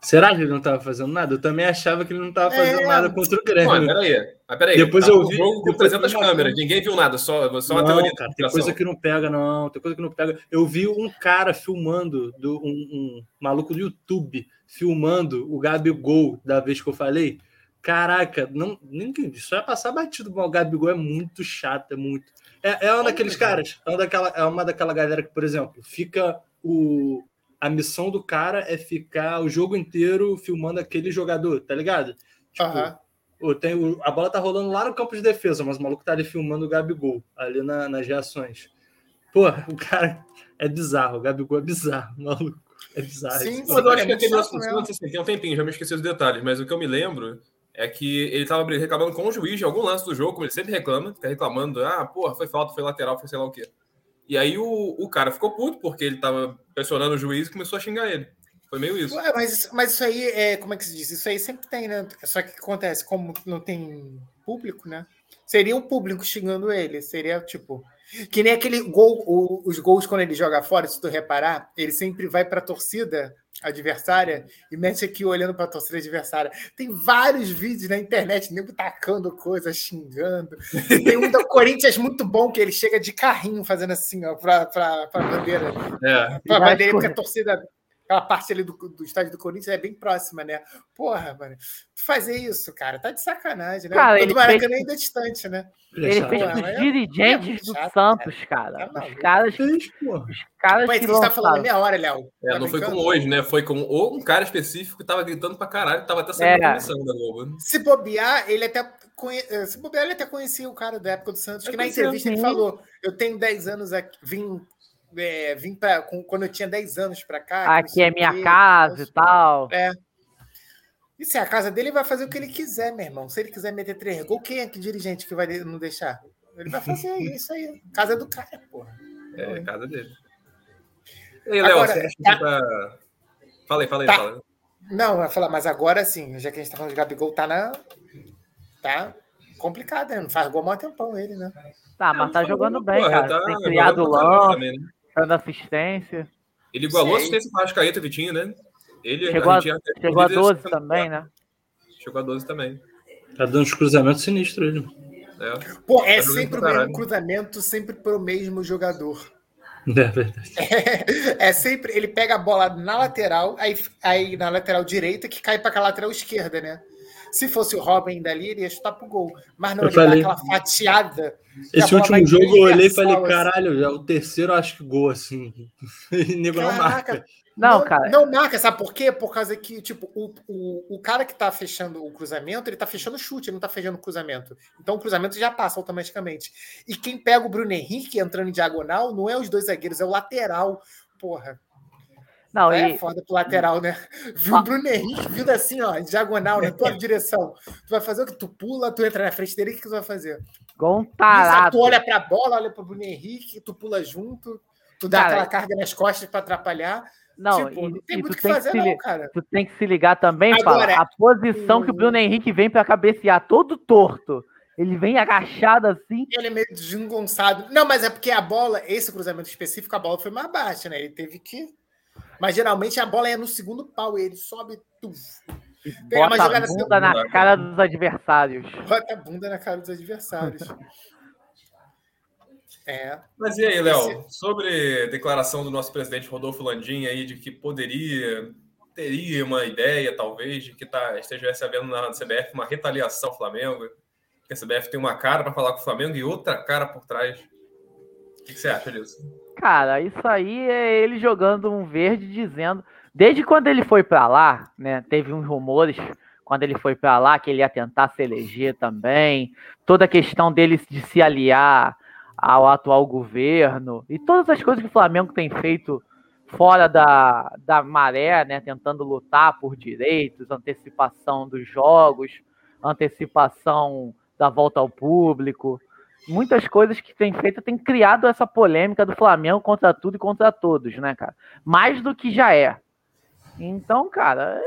Será que ele não estava fazendo nada? Eu também achava que ele não estava fazendo É. nada contra Não, o mas Grêmio. peraí. Mas peraí. Depois Tá eu no vi- jogo com depois 300 eu vi uma- câmeras. Ninguém viu nada. Só, só uma não, teoria. da cara, tem conspiração. coisa que não pega, não. Tem coisa que não pega. Eu vi um cara filmando, do, um, um maluco do YouTube, filmando o Gabigol da vez que eu falei. Caraca, não, ninguém isso vai passar batido. mas O Gabigol é muito chato, é muito. É, é um daqueles caras, é, um daquela, é uma daquela galera que, por exemplo, fica o. A missão do cara é ficar o jogo inteiro filmando aquele jogador, tá ligado? Tipo, Aham. Ô, tem o- a bola tá rolando lá no campo de defesa, mas o maluco tá ali filmando o Gabigol, ali na- nas reações. Porra, o cara é bizarro, o Gabigol é bizarro, o maluco. É bizarro. Sim, é Mas eu bizarro. acho que É aquele muito nosso chato não sei se tem um tempinho, já me esqueci os detalhes, mas o que eu me lembro é que ele tava brin- reclamando com o juiz de algum lance do jogo, como ele sempre reclama, fica reclamando, ah, porra, foi falta, foi lateral, foi sei lá o quê. E aí o, o cara ficou puto porque ele tava pressionando o juiz e começou a xingar ele. Foi meio isso. Ué, mas, mas isso aí, é, como é que se diz? Isso aí sempre tem, né? Só que o que acontece, como não tem público, né? Seria o público xingando ele. Seria tipo. Que nem aquele gol, o- os gols quando ele joga fora, se tu reparar, ele sempre vai pra torcida adversária e mete aqui olhando pra torcida adversária. Tem vários vídeos na internet, nego tacando coisa, xingando. Tem um do Corinthians muito bom que ele chega de carrinho fazendo assim, ó, pra, pra, pra bandeira. É. Pra vai bandeira, porque correr. a torcida, aquela parte ali do, do estádio do Corinthians é bem próxima, né? Porra, mano, tu fazer isso, cara, tá de sacanagem, né? Cara, O ele do Maracanã ainda é distante, né? Ele Chato. fez Ué, com os mas é- dirigentes é do chato, Santos, Tá cara. Os maluco. caras, Fez, porra. os caras Mas que a gente tá falando lançaram. meia hora, Léo. É, Tá não foi brincando? como hoje, né? Foi com ou um cara específico que tava gritando pra caralho, tava até saindo É. da comissão da Globo. né? Se bobear, ele até. conhe- eh, Se bobear, ele até conhecia o cara da época do É Santos, que na conhecia entrevista ele bem. falou: Eu tenho 10 anos aqui, vim, eh, vim pra, com- quando eu tinha 10 anos pra cá. que não Aqui sei é o minha quê, casa e tá tal. E se é a casa dele, ele vai fazer o que ele quiser, meu irmão. Se ele quiser meter três gols, quem é que dirigente que vai de- não deixar? Ele vai fazer isso aí. Casa do cara, porra. É, é casa dele. E aí, Léo, Agora, você acha que tá- tá... Fala aí, fala aí, Tá. fala aí. Não, eu ia falar, mas agora sim, já que a gente tá falando de Gabigol, tá na. Tá complicado, né? Não faz gol há mó tempão ele, né? Tá, mas tá jogando bem, Porra, cara. tá Tem jogando criado pra caralho lance, também, né? dando assistência. Ele igualou a Sei. assistência com o Arrascaeta, Vitinho, né? Ele Chegou a, gente já- chegou a líder- 12 também, né? Chegou a 12 também. Tá dando uns cruzamentos sinistros ele. É. Pô, é Tá jogando sempre pra o caralho. mesmo cruzamento, sempre pro mesmo jogador. É verdade. É sempre, ele pega a bola na lateral, aí, aí na lateral direita, que cai para a lateral esquerda, né? Se fosse o Robin dali, ele ia chutar pro gol. Mas não, Eu ele dá falei. aquela fatiada. que a Esse bola vai último jogo eu olhei e transversal, falei, assim. caralho, já é o terceiro acho que gol, assim. E nego não Caraca. marca. Não, cara. Não marca, sabe por quê? Por causa que, tipo, o, o, o cara que tá fechando o cruzamento, ele tá fechando o chute, ele não tá fechando o cruzamento. Então o cruzamento já passa automaticamente. E quem pega o Bruno Henrique entrando em diagonal não é os dois zagueiros, é o lateral. Porra. Não, É e Ah. foda pro lateral, né? Viu o Bruno Henrique vindo assim, ó, em diagonal, na tua direção. Tu vai fazer o que? Tu pula, tu entra na frente dele, o que tu vai fazer? igual um Isso, tarado. tu olha pra bola, olha pro Bruno Henrique, tu pula junto, tu dá Cara, aquela carga nas costas pra atrapalhar. Não, tipo, não e, tem e muito o tu, que tem que fazer, se, não, li- cara. tu tem que se ligar também, Agora, fala, a posição que o Bruno Henrique vem pra cabecear, todo torto. Ele vem agachado assim. Ele é meio desengonçado. Não, mas é porque a bola, esse cruzamento específico, a bola foi mais baixa, né? Ele teve que. Mas geralmente a bola é no segundo pau, e ele sobe, tu Pega uma Bota a jogada assim, bunda na cara. cara dos adversários. bota a bunda na cara dos adversários. É. Mas e aí, Léo, sobre a declaração do nosso presidente Rodolfo Landim aí de que poderia, teria uma ideia, talvez, de que tá, estivesse havendo na CBF uma retaliação ao Flamengo, que a CBF tem uma cara para falar com o Flamengo e outra cara por trás. O que que você acha disso? Cara, isso aí é ele jogando um verde dizendo. Desde quando ele foi pra lá, né? Teve uns rumores quando ele foi pra lá que ele ia tentar se eleger também. Toda a questão dele de se aliar ao atual governo e todas as coisas que o Flamengo tem feito fora da, da maré, né? Tentando lutar por direitos, antecipação dos jogos, antecipação da volta ao público muitas coisas que tem feito tem criado essa polêmica do Flamengo contra tudo e contra todos, né, cara? Mais do que já é. Então, cara,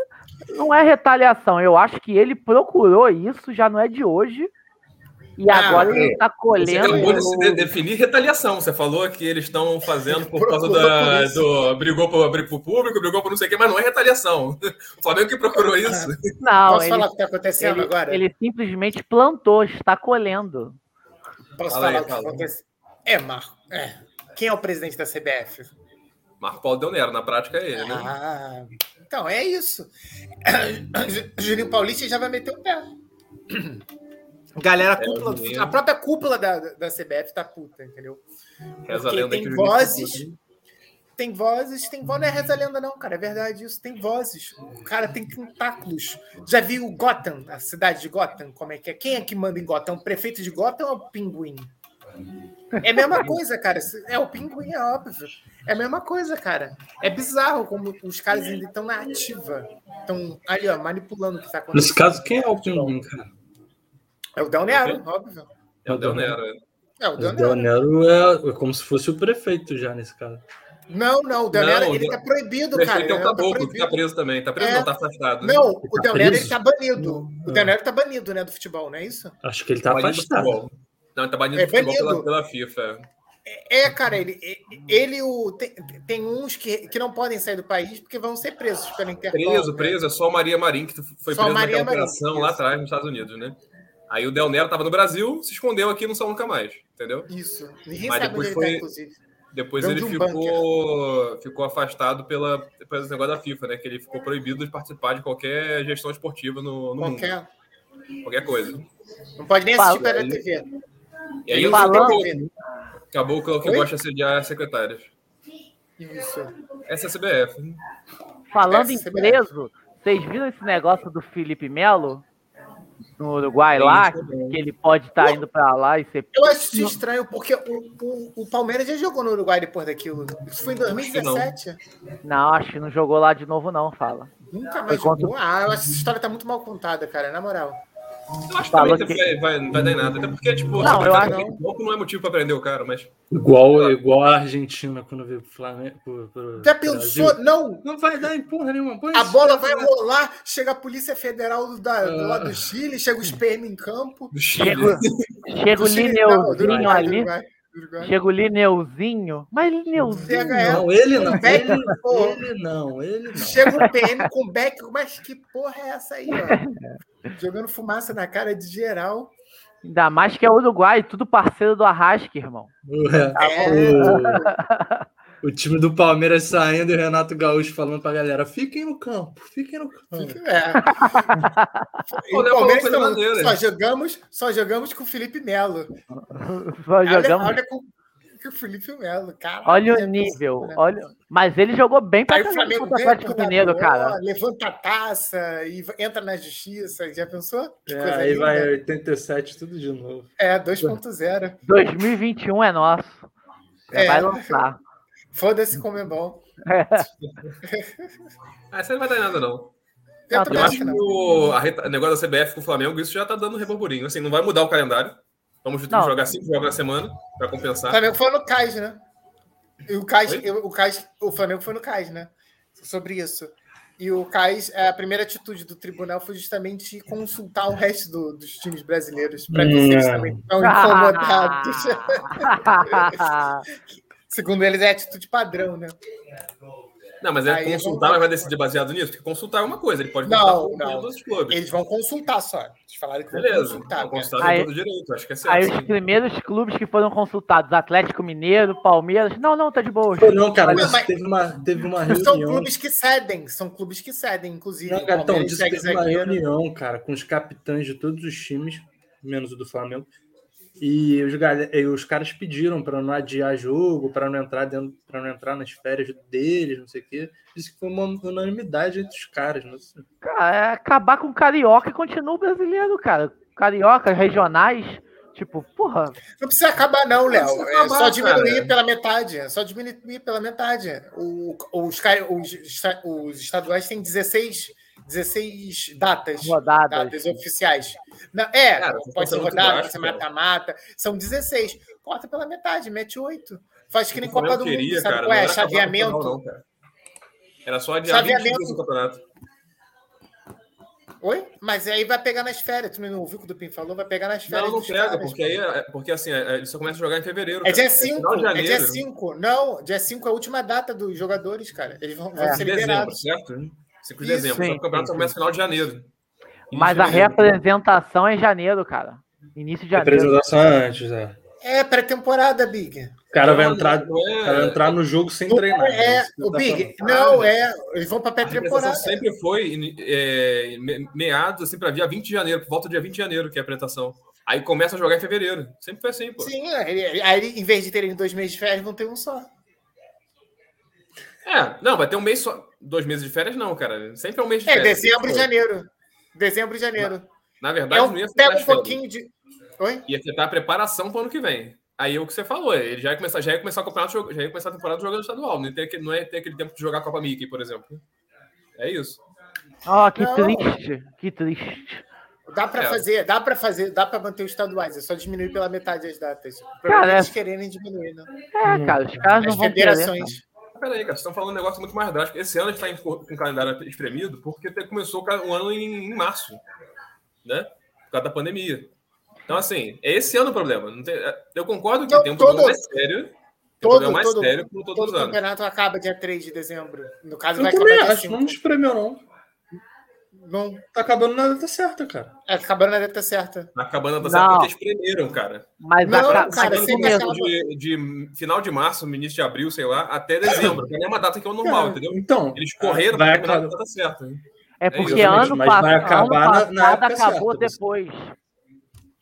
não é retaliação. Eu acho que ele procurou isso, já não é de hoje. E Ah, agora ele tá Você colhendo. acabou de se de- o- definir retaliação. Você falou que eles estão fazendo por causa Procurou da, por isso. do. Brigou por, abrir pro público, brigou por não sei o quê, mas não é retaliação. O Flamengo que Ah. procurou isso. Não, Posso ele, falar o que tá acontecendo ele- agora? ele simplesmente plantou, está colhendo. Posso Fala aí, falar o que fala. aconteceu? É, Marco. é. Quem é o presidente da CBF? Marco Paulo Del Nero, na prática é ele, né? Ah, então é isso. Ju- Juninho Paulista já vai meter o pé. Galera, a, cúpula do Juninho. fute- a própria cúpula da, da CBF tá puta, entendeu? Reza a Porque lenda tem que o vozes. Juninho- Tem vozes, tem voz. Não é reza lenda, não, cara. É verdade isso. Tem vozes. O cara tem tentáculos. Já viu Gotham, a cidade de Gotham? Como é que é? Quem é que manda em Gotham? O prefeito de Gotham ou o pinguim? É a mesma coisa, cara. É o pinguim, é óbvio. É a mesma coisa, cara. É bizarro como os caras ainda estão na ativa. Estão ali, ó, manipulando o que está Nesse acontecendo. caso, quem é o Pinguim, cara? É o Downero, óbvio. É o Del Nero. É o O Downero. Del Nero é, é como se fosse o prefeito já nesse caso. Não, não, o Del Nero, Não, ele o- tá proibido, Deixa cara. ele ter Del o Nero tá caboclo, que proibido. tá preso também. Tá preso, É. não, tá afastado. né? Não, o Del Nero, ele preso? tá banido. O Del Nero tá banido, né, do futebol, não é isso? Acho que ele tá Tá banido do afastado. futebol. Não, ele tá banido É do futebol pela, banido. pela FIFA. É, cara, ele, ele o, tem, tem uns que, que não podem sair do país porque vão ser presos pela Interpol. Preso, né? preso, é só o Maria Marim, que foi Só preso Maria naquela Marim, operação isso. lá atrás, nos Estados Unidos, né? Aí o Del Nero tava no Brasil, se escondeu aqui e não saiu nunca mais, entendeu? Isso. Ninguém Mas sabe depois onde ele foi- tá, inclusive. Depois Deu ele de um ficou, ficou afastado pela, pelo negócio da FIFA, né? Que ele ficou proibido de participar de qualquer gestão esportiva no, no mundo, Qualquer. um. qualquer coisa. Não pode nem assistir Fala- pela É TV. E aí o Falando- caboclo, caboclo é o que Oi? gosta de assediar as secretárias. Isso. Essa é a CBF. né? Falando em Essa é preso, vocês viram esse negócio do Felipe Melo? No Uruguai lá, que que ele pode estar indo pra lá e ser. Eu acho isso estranho, porque o, o, o Palmeiras já jogou no Uruguai depois daquilo. Isso foi em 2017. Não, acho que não jogou lá de novo, não, fala. Nunca Foi mais contra- jogou. Ah, eu acho que essa história tá muito mal contada, cara, na moral. Eu acho que Falou também que- vai, vai, não vai dar em nada. Até porque, tipo, Não, eu secretário acho- de caboclo não é motivo pra prender o cara, mas. Igual, igual a Argentina quando veio pro Flamengo. pro- pro Já Brasil. pensou? Não! Não vai dar em porra nenhuma. Põe A esse bola cara vai lá. rolar, chega a Polícia Federal da, do, Ah. lado do Chile, chega o esperma em campo. É. Do Chile. Chega, chega o Do Chile, não, do Lineuzinho Uruguai, do ali. Uruguai, do Uruguai. Chega o Lineuzinho. Mas Pega Lineuzinho. ela. Não, ele não. é Pega, Ele, pô. ele não, ele não. Chega o PM com back, mas que porra é essa aí, ó? Jogando fumaça na cara de geral. Ainda mais que é Uruguai, tudo parceiro do Arrasque, irmão. Ué. Tá É, O, o time do Palmeiras saindo e o Renato Gaúcho falando pra galera: fiquem no campo, fiquem no campo. é. Pô, O né, Palmeiras falou coisa não- maneira. só jogamos, só jogamos com o Felipe Melo. Só Olha, jogamos. olha com, com o Felipe Melo, cara. Olha o nível. Olha... Mas ele jogou bem pra né? Aí o caramba Flamengo contra o ganha né? Atlético por da Mineiro, bola, cara. levanta a taça e va- entra na justiça. Já pensou? Que É, coisa aí linda. vai 87 tudo de novo. É, 2.0. 2021 é nosso. Já É. Vai lançar. Foda-se como é bom. Ah, essa aí não vai dar em nada, não. Eu Ah, também Eu acho acho que que não. o a reta- o negócio da CBF com o Flamengo, isso já tá dando reburburinho. Assim, não vai mudar o calendário. Vamos ter que Não. jogar cinco jogos na semana pra compensar. O Flamengo foi no Cais, né? E o Cais, Oi? eu- o Cais, o Flamengo foi no Cais, né? Sobre isso. E o Cais, é, a primeira atitude do tribunal foi justamente consultar o resto do- dos times brasileiros para ver se eles também estão Ah. incomodados. Segundo eles, é a atitude padrão, né? Não, mas é Aí consultar, mas vamos- vai decidir baseado nisso? Porque consultar é uma coisa, ele pode Não, consultar com não. todos os outros clubes. Eles vão consultar só. Eles falaram que vão Beleza. consultar. Consultar, cara. consultar Aí- tem todo direito, acho que é certo. Aí os sim. primeiros clubes que foram consultados, Atlético Mineiro, Palmeiras. Não, não, tá de boa. Pô, não, cara, Não, isso mas- teve uma, teve uma São reunião. clubes que cedem, são clubes que cedem, inclusive. Não, cara, então, Palmeiras disso segue teve uma zagueiro. né? reunião, cara, com os capitães de todos os times, menos o do Flamengo. E os, gal- e os caras pediram para não adiar jogo, para não entrar dentro, para não entrar nas férias deles, não sei o quê. Disse que foi uma unanimidade entre os caras. né? Não sei. Cara, é acabar com o carioca e continua o brasileiro, cara. Carioca, regionais. Tipo, porra, Não precisa acabar, não, Léo. precisa É acabar, só diminuir cara. pela metade. É só diminuir pela metade. O, os, cari- os, esta- os estaduais têm 16, 16 datas, rodadas. datas oficiais. Não, é, Cara, pode ser tá muito rodada, pode baixo, ser cara. mata-mata. São 16. Corta pela metade, mete 8. Faz que nem O Copa Flamengo do queria, Mundo, sabe cara, não qual é? era acabar com o Chaveamento. Flamengo, não, cara. Era só adiar Chaveamento. 20 dias do campeonato. Oi? Mas aí vai pegar nas férias. Tu não ouviu o que o Dupin falou? Vai pegar nas férias. Não, não dos pega, caras, porque aí, é- porque assim, é- ele só começa a jogar em fevereiro. É cara. dia final 5, de é dia janeiro. né? 5. Não, dia 5 é a última data dos jogadores, cara. Eles vão, vão É. ser de dezembro, liberados. certo? 5 de Isso. dezembro. Só que Sim, o campeonato só sim, começa no final de janeiro. Mas a Início de janeiro. representação é em janeiro, cara. Início de janeiro. Apresentação antes, é. É pré-temporada, Big. O cara vai Não, entrar, não é- o cara vai entrar no jogo sem Não treinar. né? é, Isso que o tá Big, falando. não é. Eles vão pra A apresentação pré-temporada. sempre foi in- é, me- meados, assim, para via 20 de janeiro, por volta do dia 20 de janeiro, que é a apresentação. Aí começa a jogar em fevereiro. Sempre foi assim, pô. Sim, aí, aí em vez de terem dois meses de férias, vão ter um só. É, não, vai ter um mês só. Dois meses de férias, não, cara. Sempre é um mês de É, férias. dezembro Sempre e foi. janeiro. Dezembro e janeiro. Na verdade, Eu não ia afetar pego as um férias. pouquinho de. Oi? Ia afetar a preparação para o ano que vem. Aí é o que você falou, ele já ia começar, já ia começar o campeonato, jog- já ia começar a temporada jogando estadual. Não ia ter, aquele- não ia ter aquele tempo de jogar a Copa Mickey, por exemplo. É isso. Ó, que Não. triste. Que triste. Dá pra É. fazer, dá pra fazer, dá pra manter os estaduais. É só diminuir pela metade as datas. O Cara, problema é é- eles quererem diminuir, né? É, cara, os caras não As vão querer. federações. Peraí, cara, vocês estão falando um negócio muito mais drástico. Esse ano a gente está com um calendário espremido porque te- começou o ca- o ano em, em março, né? Por causa da pandemia. Então, assim, é esse ano o problema. Não tem- é- eu concordo que Não, tem um todo- problema mais sério. Tem um todo- problema mais todo- sério por todos Todo os anos. campeonato acaba dia 3 de dezembro. No Ah, caso, Eu vai também acabar dia acho, 5. não nos espremeu, não. Não, Tá acabando na data certa, cara. é, acabando na data certa. Na cabana da Não. série, porque espremeram, cara. Tá Mas Não, aca- cara, mas sem começo- gastar- De, de final de março, início de abril, sei lá, até dezembro. Que é uma data que é o normal, Cara, entendeu? Então, Eles correram vai pra terminar tá acabar- na data certa. hein? é porque exatamente, ano, mas vai passado, ano acabar na- passado na época acabou certa, você. depois.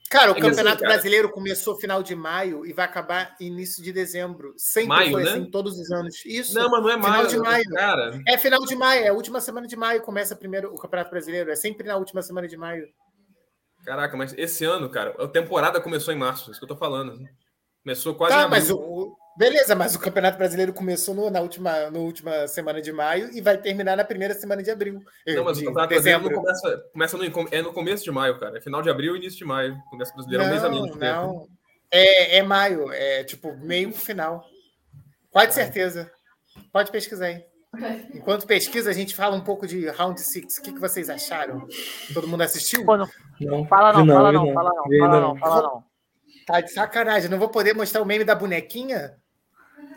Cara, o É que Campeonato assim, cara- Brasileiro começou final de maio e vai acabar início de dezembro. Sempre Maio, foi né? assim, todos os anos. Isso. Não, mas não é Final mais. de maio. Cara, É final de maio, é a última semana de maio. Começa primeiro o Campeonato Brasileiro. É sempre na última semana de maio. Caraca, mas esse ano, cara, a temporada começou em março, é isso que eu tô falando. Começou quase em Tá, abril. mas o, o- beleza, mas o Campeonato Brasileiro começou no- na, última, na última semana de maio e vai terminar na primeira semana de abril. Eh, Não, mas o de campeonato brasileiro dezembro. não começa, começa no, é no começo de maio, cara. É final de abril e início de maio. Começa o brasileiro é um mês a menos. Não, que o outro. não. É, é maio, é tipo meio pro final. Quase certeza. Pode pesquisar aí. Enquanto pesquisa, a gente fala um pouco de Round Six. O que, que vocês acharam? Todo mundo assistiu? Pô, não não. fala não, vi fala vi não, fala não, vi fala ainda não, fala não. Tá de sacanagem. Não vou poder mostrar o meme da bonequinha?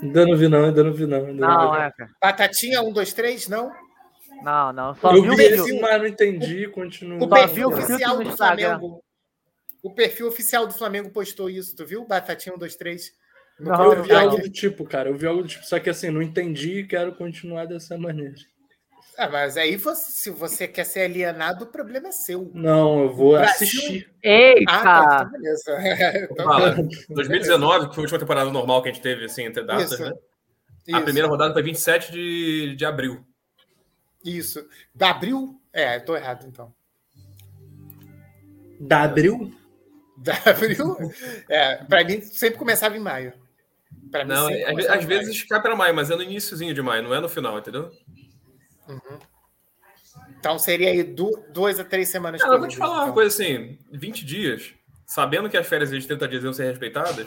Ainda não vi, não, ainda não vi, não. ainda não vi, Não, não. é, cara. Batatinha 1, 2, 3? Não? Não, não. Só eu viu vi o esse- assim, mas não entendi, e continuo. O Só perfil vi o Um filtro oficial no do Instagram. Flamengo. O perfil oficial do Flamengo postou isso, tu viu? Batatinha 1, 2, 3. No Não, Eu perfil vi não. algo do tipo, cara. Eu vi algo do tipo, só que assim, não entendi e quero continuar dessa maneira. Ah, mas aí, você- se você quer ser alienado, o problema é seu. Não, eu vou Brasil- assistir. Eita! Ah, tá, então beleza. Então, Fala, 2019, que foi a última temporada normal que a gente teve, assim, entre datas, Isso, né? isso, A primeira rodada foi 27 de, de abril. Isso. Da abril? É, eu tô errado, então. Da abril? Da abril? É, pra mim, sempre começava em maio. Pra mim, Não, sempre às, começava às em vezes cai pra maio, mas é no iníciozinho de maio, não é no final, entendeu? maio. Então, seria aí du- duas a três semanas. Cara, eu vou corridas, te falar então. uma coisa assim: 20 dias, sabendo que as férias de 30 dias iam ser respeitadas,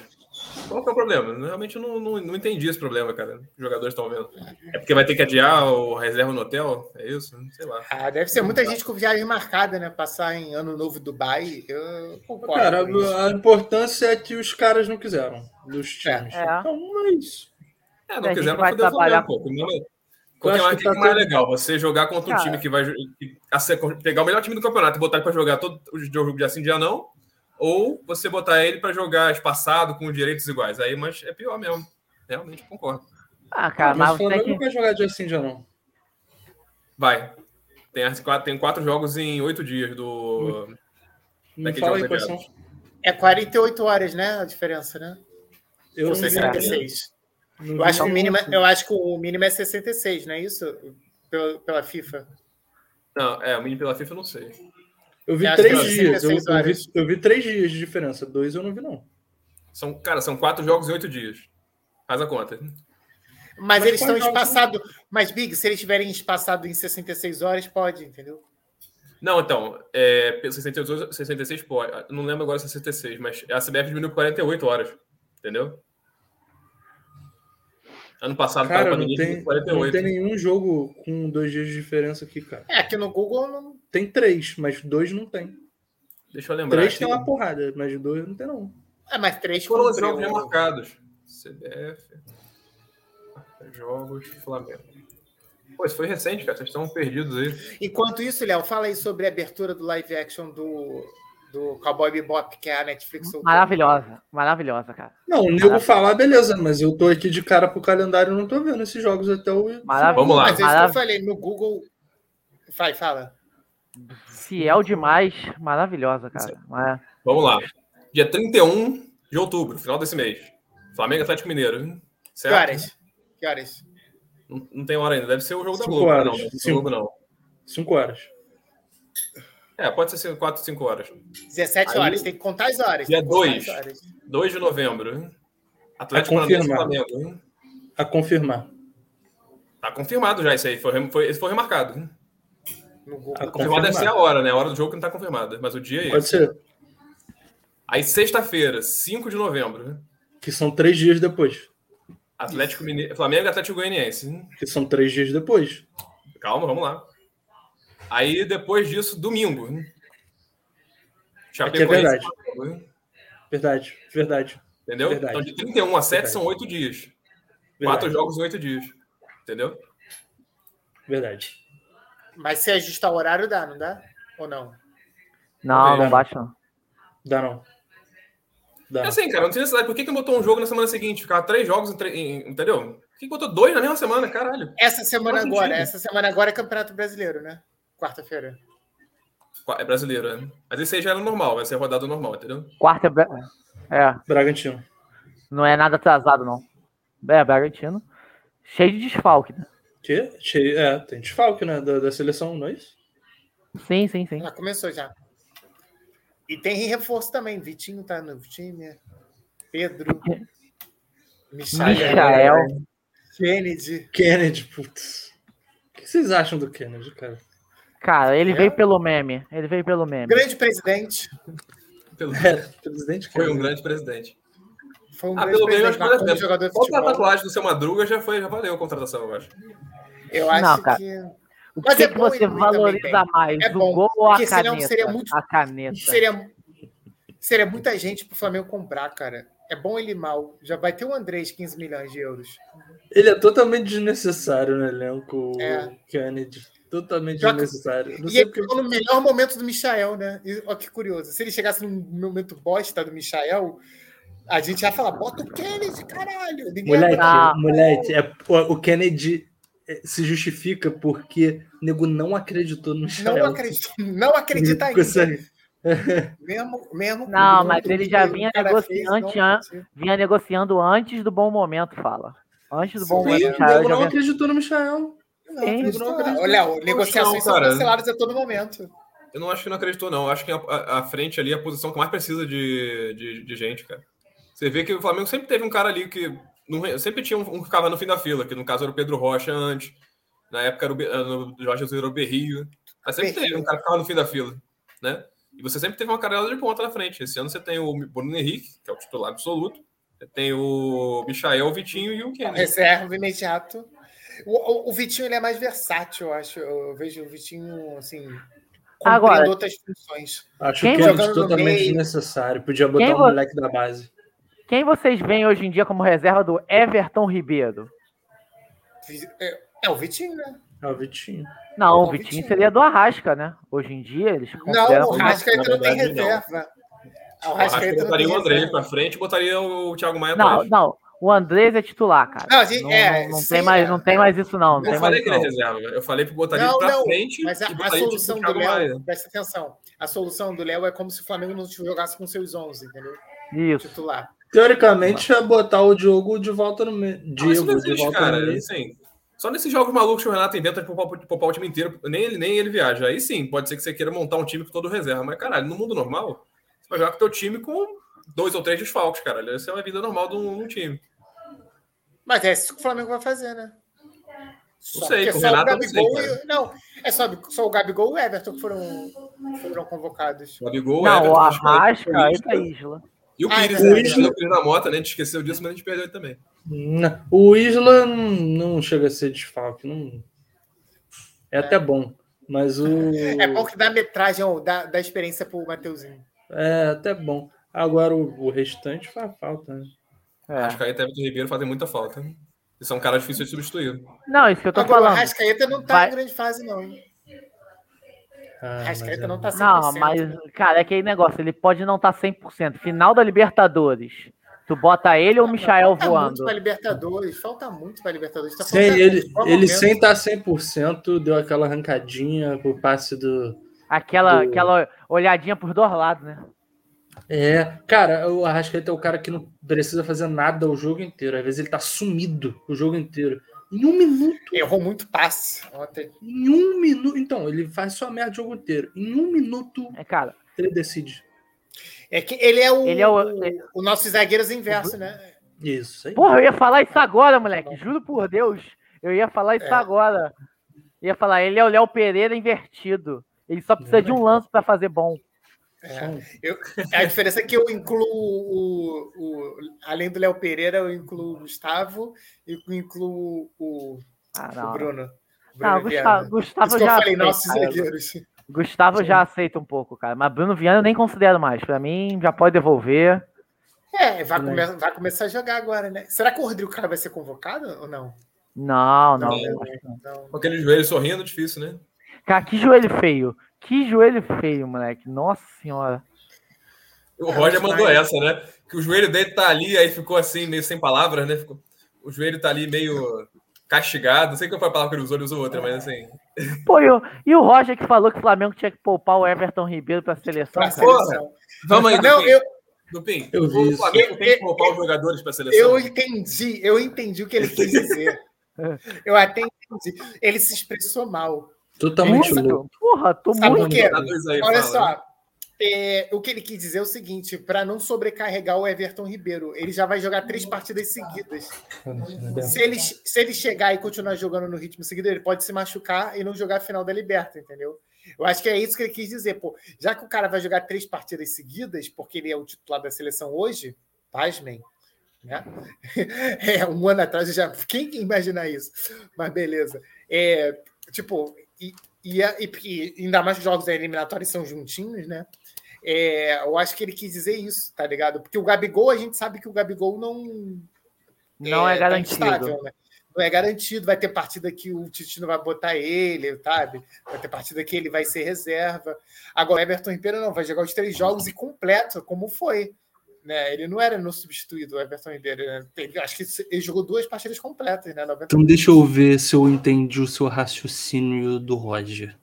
qual que é o problema? Eu realmente não, não, não entendi esse problema, cara. que Os jogadores estão vendo. É porque vai ter que adiar o reserva no hotel? É isso? Sei lá. Ah, deve ser muita gente com viagem marcada, né? Passar em Ano Novo Dubai. Eu é? concordo. Cara, com isso. a a importância é que os caras não quiseram. Dos É. times. É. Então, mas. É, A gente não quiser, vai mas fudeu o trabalhar Flamengo, pô. O Flamengo- Eu Qual que é acho mais, que que é tá mais tudo- legal? Você jogar contra um Cara. time que vai jo- que- a ser- pegar o melhor time do campeonato e botar ele pra jogar todo o jogo de assim dia não? Ou você botar ele pra jogar espaçado com direitos iguais? Aí, mas é pior mesmo. Realmente concordo. Ah, cara, mas mas o você Flamengo tem não que. vai jogar de assim já não. Vai. Tem, as quatro, tem quatro jogos em oito dias do. Me Daqui fala de aí quais Alves são. É 48 horas, né? A diferença, né? Eu Ou não vi, 66. não vi Eu acho, que o nenhum. mínimo, é eu acho que o mínimo é 66, não é isso? Pela, pela FIFA. Não, é, o mini pela FIFA eu não sei. Eu vi Eu acho que três era dias. Eu, 66 eu vi, horas. eu vi três dias de diferença. Dois eu não vi, não. São, cara, são quatro jogos em oito dias. Faz a conta. Mas, Mas eles pode estão jogar espaçados. Mas, Big, se eles tiverem espaçado em 66 horas, pode, entendeu? Não, então, é, pelo 62, 66 pode. Eu Não lembro agora se é 66, mas a CBF diminuiu 48 horas. Entendeu? Ano passado, Cara, tava não ninguém, tem, não 48. tem nenhum jogo com dois dias de diferença aqui, cara. É, aqui no Google não. Tem três, mas dois não tem. Deixa eu lembrar. Três aqui. tem uma porrada, mas dois não tem, não. É, mas três Foram os contra um. jogos o- remarcados. CBF. Jogos Flamengo. Pô, isso foi recente, cara. Vocês estão perdidos aí. Enquanto isso, Léo, fala aí sobre a abertura do live action do, do Cowboy Bebop, que é a Netflix. soltou. Maravilhosa, maravilhosa, cara. Não, o nego falar, beleza, mas eu tô aqui de cara pro calendário e não tô vendo esses jogos até o. Maravilha. Vamos lá. Mas é isso que eu Maravilha. falei, no Google. Vai, fala. Fiel demais, maravilhosa, é cara. é? Mas- Vamos lá. Dia 31 de outubro, final desse mês. Flamengo e Atlético Mineiro. Que Certo? né? horas? Que horas? Não, não tem hora ainda. Deve ser o jogo da Cinco Globo. né, horas. Não, não, Cinco. Globo não. Cinco horas. É, pode ser 4, 5 horas. 17 Aí- horas, tem que contar as horas. Dia tem que contar dois. as horas. 2 de novembro. Atlético Tá Paranaense e confirmado. Flamengo. A confirmar. Tá confirmado já isso aí. Foi, rem- foi, esse foi remarcado. No Tá Google. Confirmado deve ser a hora, né? A hora do jogo que não tá confirmada. Mas o dia é Pode esse. ser. Aí sexta-feira, 5 de novembro. Que são três dias depois. Atlético Mineiro, Flamengo e Atlético Goianiense. Que são três dias depois. Calma, vamos lá. Aí depois disso, domingo. Aqui é verdade. Verdade, verdade. né? Entendeu? Verdade. Então de 31 a 7 são Verdade. oito dias. Quatro Verdade. jogos em oito dias. Entendeu? verdade. Mas se ajustar o horário, dá, não dá? Ou não? Não, Veja. não bate, não. Dá não. Dá É não. assim, cara, não tem necessidade. Por que, que botou um jogo na semana seguinte? Ficar três jogos, em, tre- em- entendeu? Por que, que botou dois na mesma semana? Caralho. Essa semana Faz agora, sentido. essa semana agora é Campeonato Brasileiro, né? Quarta-feira. Qua- É brasileiro, né? Mas esse aí já era normal, vai ser rodada normal, entendeu? Quarta é. Bra- É, Bragantino. não é nada atrasado, não. É, Bragantino. Cheio de desfalque. né? Que? Che- É, tem desfalque, né? Da, da seleção, não é isso? Sim, sim, sim. Já começou já. E tem reforço também. Vitinho tá no time. Pedro. Michael. Michael. né? Kennedy. Kennedy, putz. O que vocês acham do Kennedy, cara? Cara, É. ele veio pelo meme. Ele veio pelo meme. Grande presidente. Pelo- É, presidente Foi um Kennedy. grande presidente. Foi um Ah, grande pelo menos, presidente. por mas como exemplo, jogador de só a futebol, tatuagem do seu Madruga já, foi, já valeu a contratação, eu acho. eu acho Não, cara. que... O Mas que, é que bom e você ruim também valoriza mais? É o bom, gol ou a porque senão caneta? seria muito- A caneta. Seria, seria muita gente pro Flamengo comprar, cara. É bom ele mal. Já vai ter o Andrés 15 milhões de euros. Ele é totalmente desnecessário no elenco, o É. Kennedy. Totalmente Joga- desnecessário. Não E é sei ele porque... ficou no melhor momento do Michael, né? E, ó, que curioso. Se ele chegasse num momento bosta do Michael, a gente ia falar, bota o Kennedy, caralho. Ninguém ia um Moleque, botar. Ah. moleque, é, o o Kennedy é, se justifica porque o nego não acreditou no Michel. não acredito, não acredita ainda. Mesmo, mesmo Não, com mas tudo ele que já o vinha cara fez, não negociante an- acredito. Vinha negociando antes do bom momento, fala. Antes do bom Sim, momento, o cara, eu já não vinha- acreditou no Michel. Não, Sim. acredito, não. Olha, ó, negociações são cara. canceladas a todo momento. Eu não acho que não acreditou, não. Eu acho que a, a- a frente ali é a posição que mais precisa de, de, de gente, cara. Você vê que o Flamengo sempre teve um cara ali que. não re- sempre tinha um, um que ficava no fim da fila, que no caso era o Pedro Rocha antes. Na época era o, Be- era o Jorge Jesus era o Berrio. Mas sempre Berrio. teve um cara que ficava no fim da fila, né? E você sempre teve uma carela de ponta na frente. Esse ano você tem o Bruno Henrique, que é o titular absoluto. Você tem o Michael, o Vitinho e o Kennedy. Reserva imediato. O, o- o Vitinho ele é mais versátil, eu acho. Eu vejo o Vitinho, assim, cumprindo Agora- outras funções. Acho Quem o Kennedy jogando no totalmente meio? desnecessário. Podia botar Quem um vo- moleque da base. Quem vocês veem hoje em dia como reserva do Everton Ribeiro? Vi- É, é o Vitinho, né? É o Vitinho. Não, Não, o Vitinho Vitinho. seria do Arrasca, né? Hoje em dia eles Não, consideram. um o Rascaeta não tem verdade, não. reserva. Ah, O Arrasca botaria o André reserva. pra frente e botaria o Thiago Maia Não, atrás. não. O Andrés é titular, cara. é Não, a gente- não, é, não- não sim, tem mais, é. não tem mais isso, não. Não Eu tem mais falei isso, que ele é não. reserva. Eu falei que botaria Não, ele pra não, frente. Mas a, e a botaria tipo solução o do Thiago Maia. Léo, presta atenção, a solução do Léo é como se o Flamengo não jogasse com seus 11, entendeu? Isso. Titular. Teoricamente, é botar o Diogo de volta no meio. Ah, mas isso não Diego de existe, volta no cara. meio. Assim, só nesses jogos malucos que o Renato inventa de poupar, de poupar o time inteiro, nem ele, nem ele viaja. Aí sim, pode ser que você queira montar um time com todo reserva. Mas, caralho, no mundo normal, você vai jogar com o teu time com dois ou três desfalques, cara. Essa é uma vida normal de um, de um time. Mas é isso que o Flamengo vai fazer, né? Só, sei, porque com o só o Renato eu não sei, Gabigol cara. e, Não, é só, só o Gabigol e o Everton que foram, foram convocados. Gabigol, Não, o Everton, é Arrasca, Isla. Arrasca, entra Isla. E o Ah, é Pires, verdade. né? A gente perdeu o Pires na moto, né? A gente esqueceu disso, mas a gente perdeu ele também. Não, O Isla não chega a ser desfalque. Não... É até bom. Mas o. É bom que dá metragem, ó, dá, dá experiência pro Mateuzinho. É até bom. Agora o, o restante faz falta, né? É. Acho que aí até Everton e Ribeiro fazem muita falta. E são caras difíceis de substituir. Não, isso que eu tô Agora, O falando. Arrascaeta não tá Vai- em grande fase, não. hein? O Ah, mas Arrascaeta é- não tá 100%. Não, mas, cara, é aquele negócio. Ele pode não tá estar 100%. Final da Libertadores. Tu bota ele ou o Michael Falta Tá muito voando? pra Libertadores, falta muito pra Libertadores. Tá Sem, faltando- ele qual ele momento? sem tá estar 100%, deu aquela arrancadinha pro passe do. Aquela, É. Do- aquela olhadinha por dois lados, né? É, cara, o Arrascaeta é o cara que não precisa fazer nada o jogo inteiro. Às vezes ele tá sumido o jogo inteiro. Em um minuto, Errou muito passe ontem. em um minuto. Então, ele faz só merda o jogo inteiro. Em um minuto, É, cara, ele decide. É que ele é o, Ele é o- o nosso zagueiros inverso, né? Isso aí. porra, eu ia falar isso agora, moleque. Juro por Deus. Eu ia falar isso É. agora. Ia falar, ele é o Léo Pereira invertido. Ele só precisa de um lance pra fazer bom. Eu, a diferença é que eu incluo o, o- além do Léo Pereira, eu incluo o Gustavo e incluo o, Ah, o não. Bruno. Bruno Viana. Não, Gustavo, Isso Gustavo que eu já falei, aceita, nossos cara. zagueiros. Gustavo já aceita um pouco, cara. Mas Bruno Viana eu nem considero mais. Pra mim, já pode devolver. É, vai, come- vai começar a jogar agora, né? Será que o Rodrigo Caio vai ser convocado ou não? Não, não. Não, não. Não. Com aquele joelho sorrindo, difícil, né? Cara, que joelho feio. Que joelho feio, moleque. Nossa senhora. O Roger Cara, mandou mas- essa, né? Que o joelho dele tá ali, aí ficou assim, meio sem palavras, né? Ficou... O joelho tá ali meio castigado. Não sei qual foi a palavra que ele usou, ele usou outra, mas assim. Pô, e o, e o Roger que falou que o Flamengo tinha que poupar o Everton Ribeiro pra seleção. Pra cara? seleção. Vamos aí, Dupin. Não, eu, Dupin, Eu vi o isso. Flamengo tem que Eu- poupar os jogadores pra seleção. eu entendi, eu entendi o que ele quis dizer. Eu até entendi. Ele se expressou mal. Totalmente Porra, louco. Porra, tô Sabe muito. por quê? Dá dois aí, Olha fala, né? só, é, o que ele quis dizer é o seguinte: para não sobrecarregar o Everton Ribeiro, ele já vai jogar três partidas seguidas. Se ele, se ele chegar e continuar jogando no ritmo seguido, ele pode se machucar e não jogar a final da Liberta, entendeu? Eu acho que é isso que ele quis dizer, pô. Já que o cara vai jogar três partidas seguidas, porque ele é o titular da seleção hoje, pasmem, né? É, um ano atrás eu já. Quem que ia imaginar isso? Mas beleza. É, tipo, e, e, a- e- e ainda mais que os jogos da eliminatória são juntinhos, né? É, eu acho que ele quis dizer isso, tá ligado? Porque o Gabigol, a gente sabe que o Gabigol não, Não é, tá garantido. instável, né? Não é garantido. Vai ter partida que o Tite não vai botar ele, sabe? Vai ter partida que ele vai ser reserva. Agora, o Everton Ribeiro não, vai jogar os três jogos e completo, como foi. Né? Ele não era no substituído, o Everton Ribeiro. né? Ele- acho que ele jogou duas partidas completas, né? 90. Então deixa eu ver se eu entendi o seu raciocínio do Roger.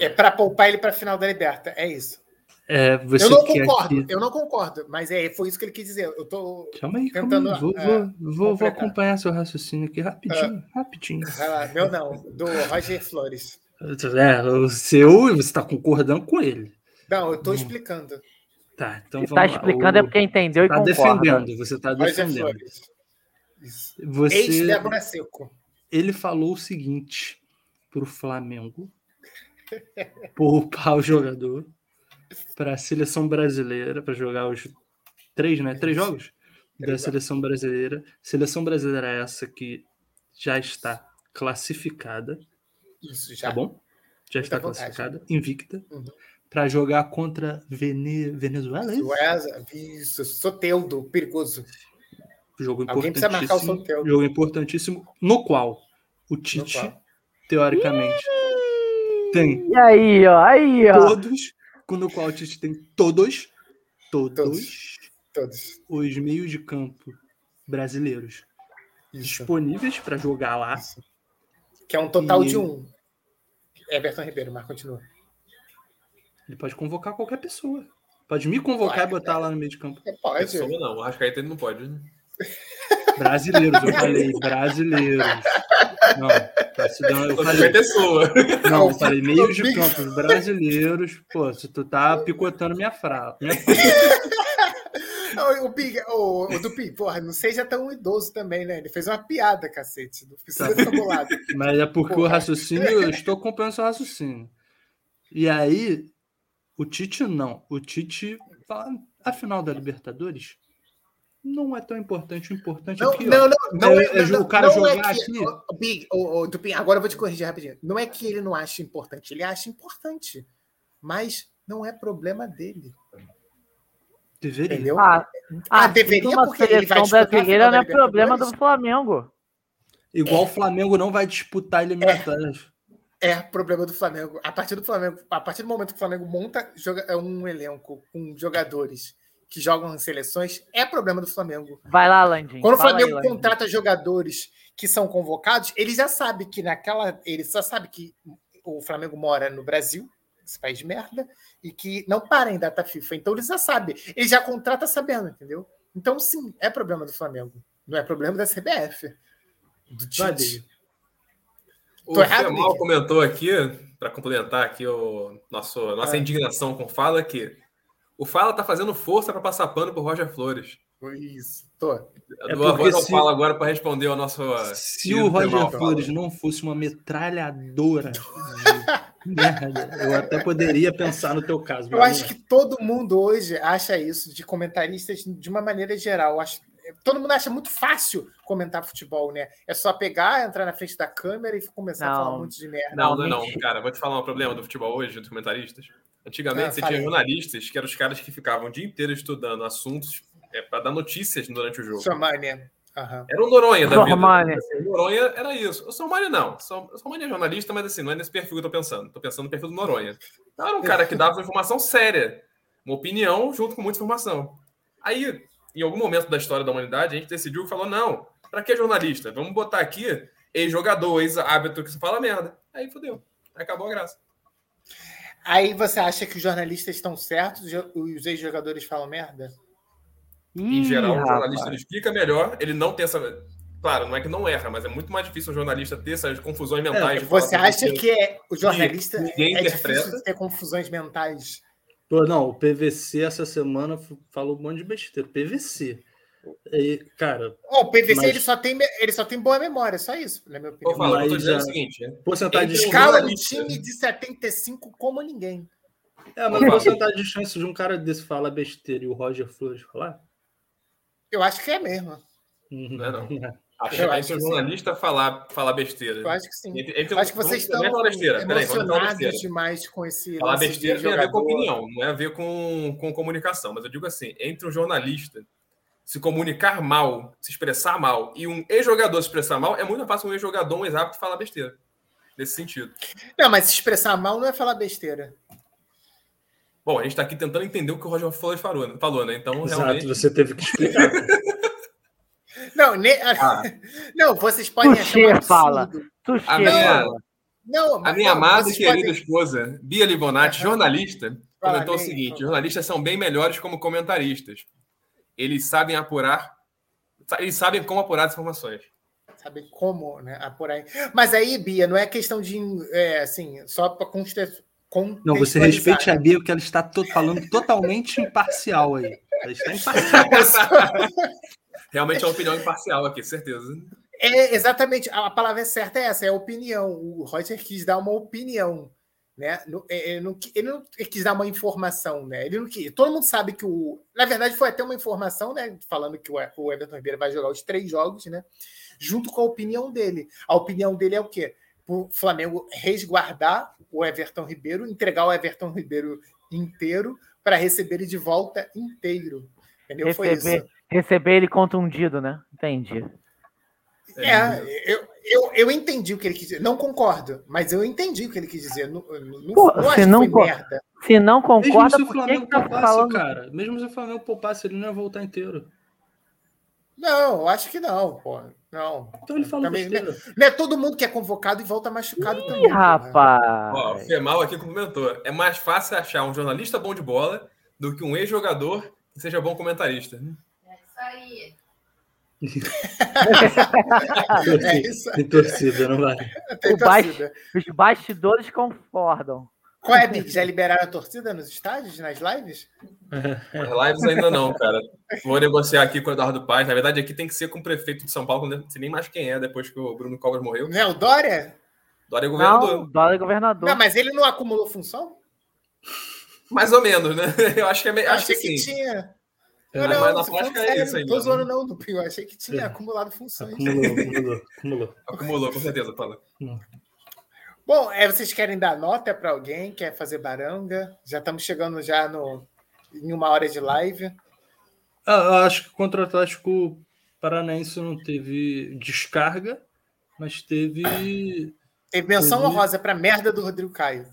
É para poupar ele para a final da Liberta, é isso. É, você Eu não quer concordo, que- eu não concordo, mas é, foi isso que ele quis dizer. Eu tô. Calma aí, calma Tentando, aí. Vou, é, vou- vou, vou completar. acompanhar seu raciocínio aqui rapidinho, rapidinho. Vai lá, meu não, do Roger Flores. É, o seu, você tá concordando com ele. Não, Hum. eu tô explicando. Tá, então Se vamos tá lá. explicando O- é porque entendeu e Tá concorda. defendendo, você tá Roger defendendo. Flores. Isso. Você, Ex-Débora Seco. ele falou o seguinte pro Flamengo poupar o jogador para a seleção brasileira para jogar os três, né? Três jogos da Três seleção brasileira. Seleção brasileira é essa que já está classificada, Isso, já. tá bom? Já está vontade. classificada, invicta, Uhum. para jogar contra Vene... Venezuela. é isso? Suéza, isso, Soteudo, perigoso. Jogo Alguém precisa marcar o importantíssimo. Soteldo. Jogo importantíssimo, no qual o Tite, qual. teoricamente, tem E aí, ó, aí, ó. todos, com no qual o Tite tem todos, todos, Todos. Todos. os meios de campo brasileiros Isso. disponíveis para jogar lá. Isso. Que é um total E- de um. Everton Ribeiro, mas continua. Ele pode convocar qualquer pessoa. Pode me convocar Claro, e botar lá no meio de campo. É, pode. Pessoa não, o Arrascaeta ele não pode. né? Brasileiros, eu falei, brasileiros. Não, tá se dando- eu Só falei, tem pessoa. não, eu Não, falei não meios de diga. campo brasileiros. Pô, se tu tá picotando minha frase. Minha Ah, O Big, o, o Dupi, porra, não seja tão idoso também, né? Ele fez uma piada, cacete. Não precisa Tá. ficar bolado. Mas é porque o Porra. raciocínio, eu estou acompanhando seu raciocínio. E aí, o Tite não. O Tite fala, a final da Libertadores não é tão importante. O importante Não, é que ó, não, não, não é- é, é não, o cara não jogar é que, aqui. Ô, ô, Big, ô, ô, Dupin, agora eu vou te corrigir rapidinho. Não é que ele não acha importante, ele acha importante, mas não é problema dele, deveria. entendeu? Ah, Ah, assim deveria, como a porque ele vai seleção disputar a brasileira final não é da problema do Libertadores. Flamengo. Igual o Flamengo não vai disputar eliminatórias. É problema do Flamengo. A partir do Flamengo, a partir do momento que o Flamengo monta joga, é um elenco com jogadores que jogam em seleções, é problema do Flamengo. Vai lá, Landim. Quando o fala aí, Flamengo Landim. contrata jogadores que são convocados, ele já sabe que naquela. Ele só sabe que o Flamengo mora no Brasil, esse país de merda, e que não para em data FIFA. Então ele já sabe. Ele já contrata sabendo, entendeu? Então, sim, é problema do Flamengo. Não é problema da CBF. Do Vai, Tite. O Tô errado, Femal Nick? comentou aqui, para complementar aqui o nosso, nossa Ah. indignação com o Fala, que o Fala tá fazendo força para passar pano pro Roger Flores. Foi Isso. Tô. Eu É dou a porque voz ao se- Fala agora para responder ao nosso. Se querido o Roger Femal. Flores não fosse uma metralhadora Merda. Eu até poderia pensar no teu caso. é. Eu acho que todo mundo hoje acha isso, de comentaristas, de uma maneira geral. Acho, todo mundo acha muito fácil comentar futebol, né? É só pegar, entrar na frente da câmera e começar a Não. falar um monte de merda. Não, não, não, cara, vou te falar um problema do futebol hoje, dos comentaristas. Antigamente Ah, você fala tinha aí. jornalistas que eram os caras que ficavam o dia inteiro estudando assuntos é, para dar notícias durante o jogo. Chamar, né? Aham. Era o Noronha da Sormani. vida. Assim, o Noronha era isso. O Sormani não. Som- O Sormani é jornalista, mas assim, não é nesse perfil que eu tô pensando. Tô pensando no perfil do Noronha. Então era um cara que dava uma informação séria, uma opinião junto com muita informação. Aí, em algum momento da história da humanidade, a gente decidiu e falou: não, pra que jornalista? Vamos botar aqui ex-jogador, ex-árbitro que se fala merda. Aí fodeu. Acabou a graça. Aí você acha que os jornalistas estão certos e os ex-jogadores falam merda? Em Ih, geral, o jornalista rapaz. ele explica melhor, ele não tem essa. Claro, não é que não erra, mas é muito mais difícil um jornalista ter essas confusões mentais. Você Fala, acha que é- o jornalista ninguém é interpreta. difícil de ter confusões mentais? Pô, não, o PVC essa semana f- falou um monte de besteira. PVC. E, cara, Ó, o PVC Mas- ele, só tem, me- ele só tem boa memória, só isso, na minha Vou opinião. falar, eu tô Mas, dizendo ah, o seguinte, né? porcentagem de Entre chance. Escala um jornalista. time de 75 como ninguém. É, mas Opa. porcentagem de chance de um cara desse falar besteira e o Roger Flores falar? Eu acho que é mesmo. Não é não. É. Acho Eu que acho o que jornalista falar, falar besteira. Eu acho que sim. Entre- entre- um Eu acho que vocês vamos- estão vamos falar besteira. Peraí, vamos falar besteira. emocionados demais com esse Falar lance de besteira tem a ver com jogador. opinião, não é a ver com, com comunicação. Mas eu digo assim, entre um jornalista se comunicar mal, se expressar mal, e um ex-jogador se expressar mal, é muito mais fácil um ex-jogador, um ex-árbitro falar besteira. Nesse sentido. Não, mas se expressar mal não é falar besteira. Bom, a gente está aqui tentando entender o que o Roger Flores falou, né? falou, né? Então, Exato, realmente... você teve que explicar. Não, ne... Ah. não vocês podem Puxa, achar um absurdo. fala. Tu A chega, minha- mano. Não, A mas minha não, amada e vocês querida podem- esposa, Bia Livonati, jornalista, Fala, comentou o Ney, seguinte: fala. jornalistas são bem melhores como comentaristas. Eles sabem apurar, sa- eles sabem como apurar as informações. saber como né, apurar. Mas aí, Bia, não é questão de é, assim, só para Não, você né? respeite a Bia porque ela está to- falando totalmente imparcial aí. Ela está imparcial. Realmente é uma opinião imparcial aqui, certeza. É, exatamente, a a palavra certa é essa, é opinião. O Roger quis dar uma opinião, né? No- é, é, não qui- Ele não, ele quis dar uma informação, né? Ele não quis. Todo mundo sabe que o. Na verdade, foi até uma informação, né? Falando que o E- o Everton Ribeiro vai jogar os três jogos, né? Junto com a opinião dele. A opinião dele é o quê? O Flamengo resguardar o Everton Ribeiro, entregar o Everton Ribeiro inteiro para receber ele de volta inteiro. Entendeu? Foi isso. Receber, receber ele contundido, né? Entendi. É, eu, eu, eu entendi o que ele quis dizer. Não concordo, mas eu entendi o que ele quis dizer. Não, não, não, Pô, não acho você que não foi co- merda. Se não Mesmo concorda, se por que o que Flamengo tá poupasse, falando? cara. Mesmo se o Flamengo poupasse, ele não ia voltar inteiro. Não, eu acho que não, pô. Não. Então ele falou Também, besteira. Não é todo mundo que é convocado e volta machucado também. né? Ih, porra. Ó, o rapaz. Femal aqui comentou: é mais fácil achar um jornalista bom de bola do que um ex-jogador que seja bom comentarista. Isso aí. É isso, Tem torcida, não vai. tem O baixo- torcida. Os bastidores concordam. Qual é, Big? Já liberaram a torcida nos estádios, nas lives? As lives ainda não, cara. Vou negociar aqui com o Eduardo Paz. Na verdade, aqui tem que ser com o prefeito de São Paulo, né? não sei nem mais quem é, depois que o Bruno Covas morreu. Não é o Dória? Dória é governador. Não, dólar é governador. Não, mas ele não acumulou função? Mais ou menos, né? Eu acho que é meio. Eu Acho que achei que, sim. tinha. É, Eu mas na não, tô falando prática é sério, isso não ainda, tô né? zoando não, do Pio. Achei que tinha É. acumulado funções. Acumulou, acumulou, acumulou. Acumulou, com certeza, Paulo. Bom, é, vocês querem dar nota para alguém? Quer fazer baranga? Já estamos chegando já no, em uma hora de live. Ah, eu acho que contra o Atlético Paranaense não teve descarga, mas teve. Teve menção Uhum. honrosa para merda do Rodrigo Caio.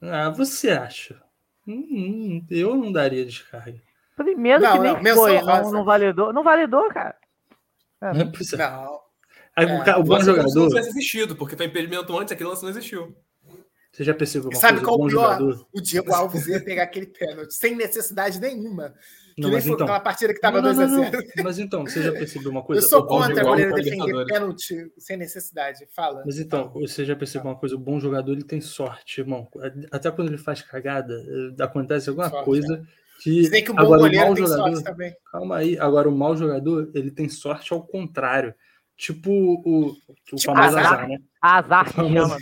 Ah, você acha? Hum, hum, eu não daria descarga. Primeiro Não, que nem não, menção foi, não, honrosa. não validou. Não validou, cara. É. Não é possível. Não. Aí, É, o ca- o Um bom Lance como se não jogador. tivesse existido, porque foi impedimento antes, aquele lance não existiu. Você já percebeu uma Sabe coisa? qual o bom pior? jogador. O Diego Alves ia pegar aquele pênalti, sem necessidade nenhuma. Que Não, nem mas foi então. aquela partida que estava Não, não, não, 2x0. não. Mas então, você já percebeu uma Eu coisa? O sou bom contra a Diego jogador- Alves goleiro pra defender Libertadores. pênalti sem necessidade. Fala. Mas então, você já percebeu uma coisa? O bom jogador ele tem sorte, irmão. Até quando ele faz cagada, eh, acontece alguma Sorte, coisa que. Dizem que o bom Agora, o goleiro mau tem jogador. sorte também. Calma aí. Agora, o mau jogador ele tem sorte ao contrário. Tipo o, o Tipo famoso azar. Tipo azar, né? Azar que Vamos- chama.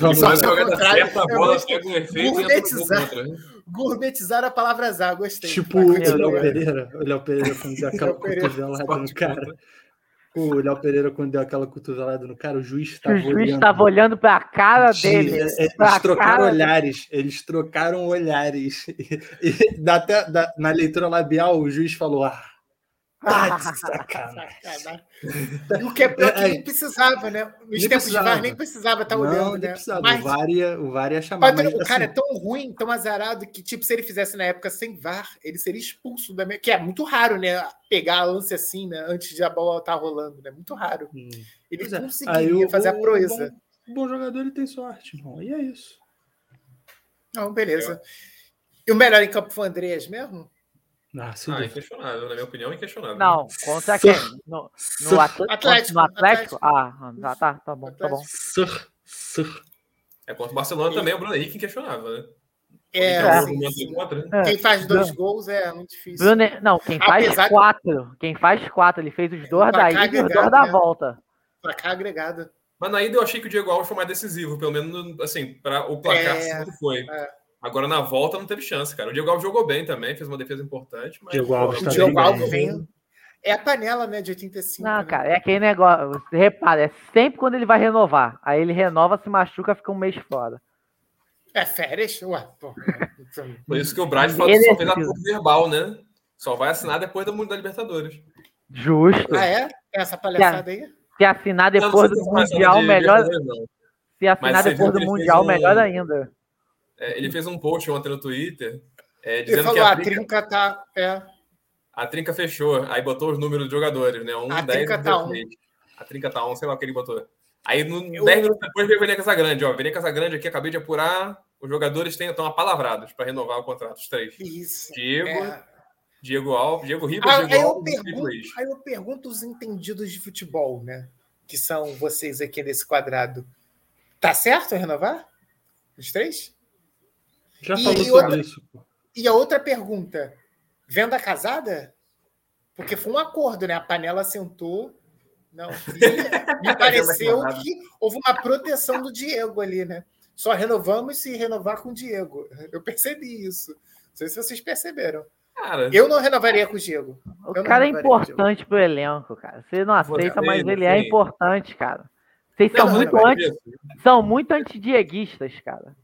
Vamos- Só Quando que ao joga contrário, é certa, a eu bola gostei. pega um efeito e entra no gol Gourmetizar. contra. né? Gourmetizar a palavra azar, gostei. Tipo o Bacana, Léo né? Pereira. O Léo Pereira quando deu aquela Léo Pereira, cotovelada no Esporte cara. O Léo Pereira quando deu aquela cotovelada no cara, o juiz Que estava o juiz Tá olhando. estava olhando pra cara Sim, dele. é- Eles pra trocaram cara- olhares. Eles trocaram olhares. E, e dá até, dá- na leitura labial, o juiz falou: Ah, tá de sacanagem. Sacanagem. E o que é pior que É, nem precisava, né? Nos Nem tempos de VAR precisava. nem precisava estar não, olhando, nem né? precisava. Mas- O VAR ia, o VAR ia chamar. mas, Mas, o cara é assim, tão ruim, tão azarado, que, tipo, se ele fizesse na época sem VAR, ele seria expulso da minha. Que é muito raro, né? Pegar lance assim, né? Antes de a bola estar rolando, né? Muito raro. hum, Ele pois é. Aí conseguiria o- fazer a o proeza. Bom, o bom jogador ele tem sorte, irmão. E é isso. um Não, beleza. E o melhor em campo foi o Andreas mesmo? Ah, se Ah, duvida. inquestionável, na minha opinião, inquestionável. Não, contra quem? No, no Atl- Atlético, No Atlético? Atlético. Ah, tá, tá, tá bom, tá bom. Sur, sur. É contra o Barcelona também, o Bruno Henrique inquestionável, né? É, Então, sim, argumento sim. contra, né? Quem faz dois gols é muito difícil. Bruno, não, quem faz Apesar que- quatro. Quem faz quatro, ele fez os dois pra da ida e os carregar, dois da né? volta. Pra cá agregada. Mas na ida eu achei que o Diego Alves foi mais decisivo, pelo menos assim, para o placar É, sempre foi. é. Agora na volta não teve chance, cara. O Diego Alves jogou bem também, fez uma defesa importante, mas Diego Alves O Tá pô, Diogo bem, Alves né? vem. É a panela, né? De 85. Não, né? cara, é aquele negócio. Você repara, é sempre quando ele vai renovar. Aí ele renova, se machuca, fica um mês fora. É férias? Ué, pô. Então, Por isso que o Braz falou que Ele só é fez acordo decisivo. verbal, né? Só vai assinar depois do Mundo da Libertadores. Justo. Ah, é? Essa palhaçada aí? Se assinar Eu não sei depois se do essa palhaçada Mundial, de melhor. Libertadores, não. Se assinar você depois viu que do ele fez Mundial, um- melhor ainda. É, ele fez um post ontem no Twitter é, Ele dizendo falou, que a a trinca, trinca tá. É. a trinca fechou. Aí botou os números dos jogadores, né? 1, A 10 trinca e tá 16. A trinca tá 1, sei lá o que ele botou. Aí, no, Eu- 10 minutos depois, veio o Vene Casagrande. Ó, Vene Casagrande aqui, acabei de apurar. Os jogadores têm- estão apalavrados para renovar o contrato, os três. Isso. Diego, É. Diego Alves, Diego Ribas, Ah, Diego Aí eu, Alves e Felipe pergunto, Luiz. aí eu pergunto os entendidos de futebol, né? Que são vocês aqui nesse quadrado. Tá certo renovar? Os três? Já E falou sobre outra- isso. pô. E a outra pergunta: venda casada? Porque foi um acordo, né? A panela sentou. Não. E me pareceu casada. que houve uma proteção do Diego ali, né? Só renovamos se renovar com o Diego. Eu percebi isso. Não sei se vocês perceberam. Cara, Eu não renovaria com o Diego. O não cara é renovaria, importante pro elenco, cara. Você não Vou aceita, dizer, mas não ele é sei. importante, cara. Vocês não, são não, muito, não, é anti, são muito antidieguistas, cara.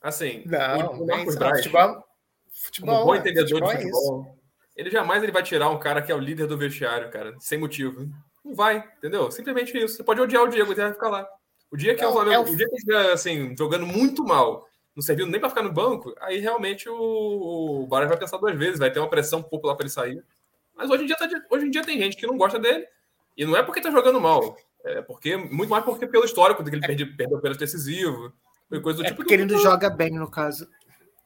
Assim, Não, o nem Marcos isso, Braz, futebol. é um- como Futebol. bom né? entendedor Futebol de é isso. futebol, ele jamais ele vai tirar um cara que é o líder do vestiário, cara, sem motivo. Não vai, entendeu? Simplesmente isso. Você pode odiar o Diego, ele vai ficar lá. O dia que Não, o Flamengo, é o- o dia que ele estiver, assim, jogando muito mal, não servindo nem para ficar no banco, aí realmente o, o Barra vai pensar duas vezes, vai ter uma pressão popular para ele sair. Mas hoje em, dia tá de- hoje em dia tem gente que não gosta dele, e não é porque tá jogando mal, é porque, muito mais porque pelo histórico, de que ele perde, perdeu pênalti decisivo, foi coisa do É tipo. porque ele do- não joga bem, no caso.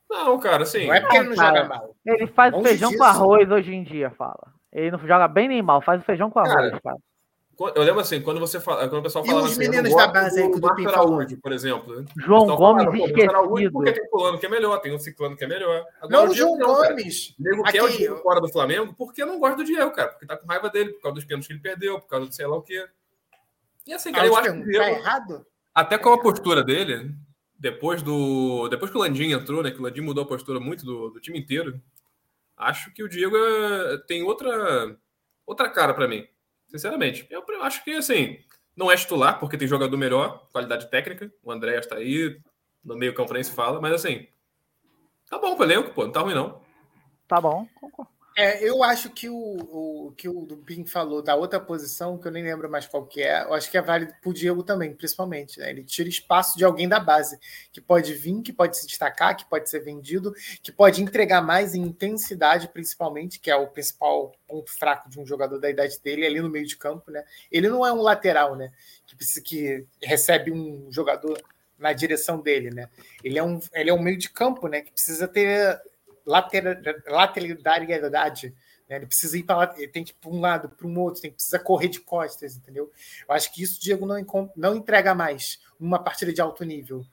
Não, cara, assim. Não é porque ele não joga cara. mal. Ele faz o Longe feijão disso. com arroz hoje em dia, fala. Ele não joga bem nem mal, faz o feijão com Cara, arroz, cara. Quando- Eu lembro assim, quando você fala, quando o pessoal E falava os assim, eu meninos não da gosto base aí que o do Marco Dupin falou? Araújo, por exemplo. né? O João pessoal falava, Gomes "Pô, Marco Araújo, Por que esquecido. tem fulano que é melhor? Tem um ciclano que é melhor. Agora, Não, Diego o João cara. Gomes. O Diego Aqui, quer o Diego fora do Flamengo porque não gosta do Diego, cara. Porque tá com raiva dele, por causa dos pênaltis que ele perdeu, por causa do sei lá o quê. E assim, cara, Ah, eu eu te acho que o pergunto, Diego, tá errado? até com a postura dele, depois do. Depois que o Landim entrou, né? Que o Landim mudou a postura muito do, do time inteiro. Acho que o Diego é- tem outra outra cara pra mim. Sinceramente. Eu pre- acho que assim, não é titular, porque tem jogador melhor, qualidade técnica. O André está aí, no meio campo nem se fala, mas assim. Tá bom pro elenco, pô, não tá ruim, não. Tá bom, concordo. É, eu acho que o, o que o Dupin falou da outra posição, que eu nem lembro mais qual que é, eu acho que é válido pro Diego também, principalmente. né? Ele tira espaço de alguém da base, que pode vir, que pode se destacar, que pode ser vendido, que pode entregar mais em intensidade, principalmente, que é o principal ponto fraco de um jogador da idade dele, ali no meio de campo, né? Ele não é um lateral, né? Que, precisa- que recebe um jogador na direção dele, né? Ele é um, ele é um meio de campo, né? Que precisa ter latera- lateralidade, é né? Ele precisa ir para ele tem que ir para um lado, para um outro, tem que precisa correr de costas, entendeu? Eu acho que isso o Diego não, encon- não entrega mais numa partida de alto nível.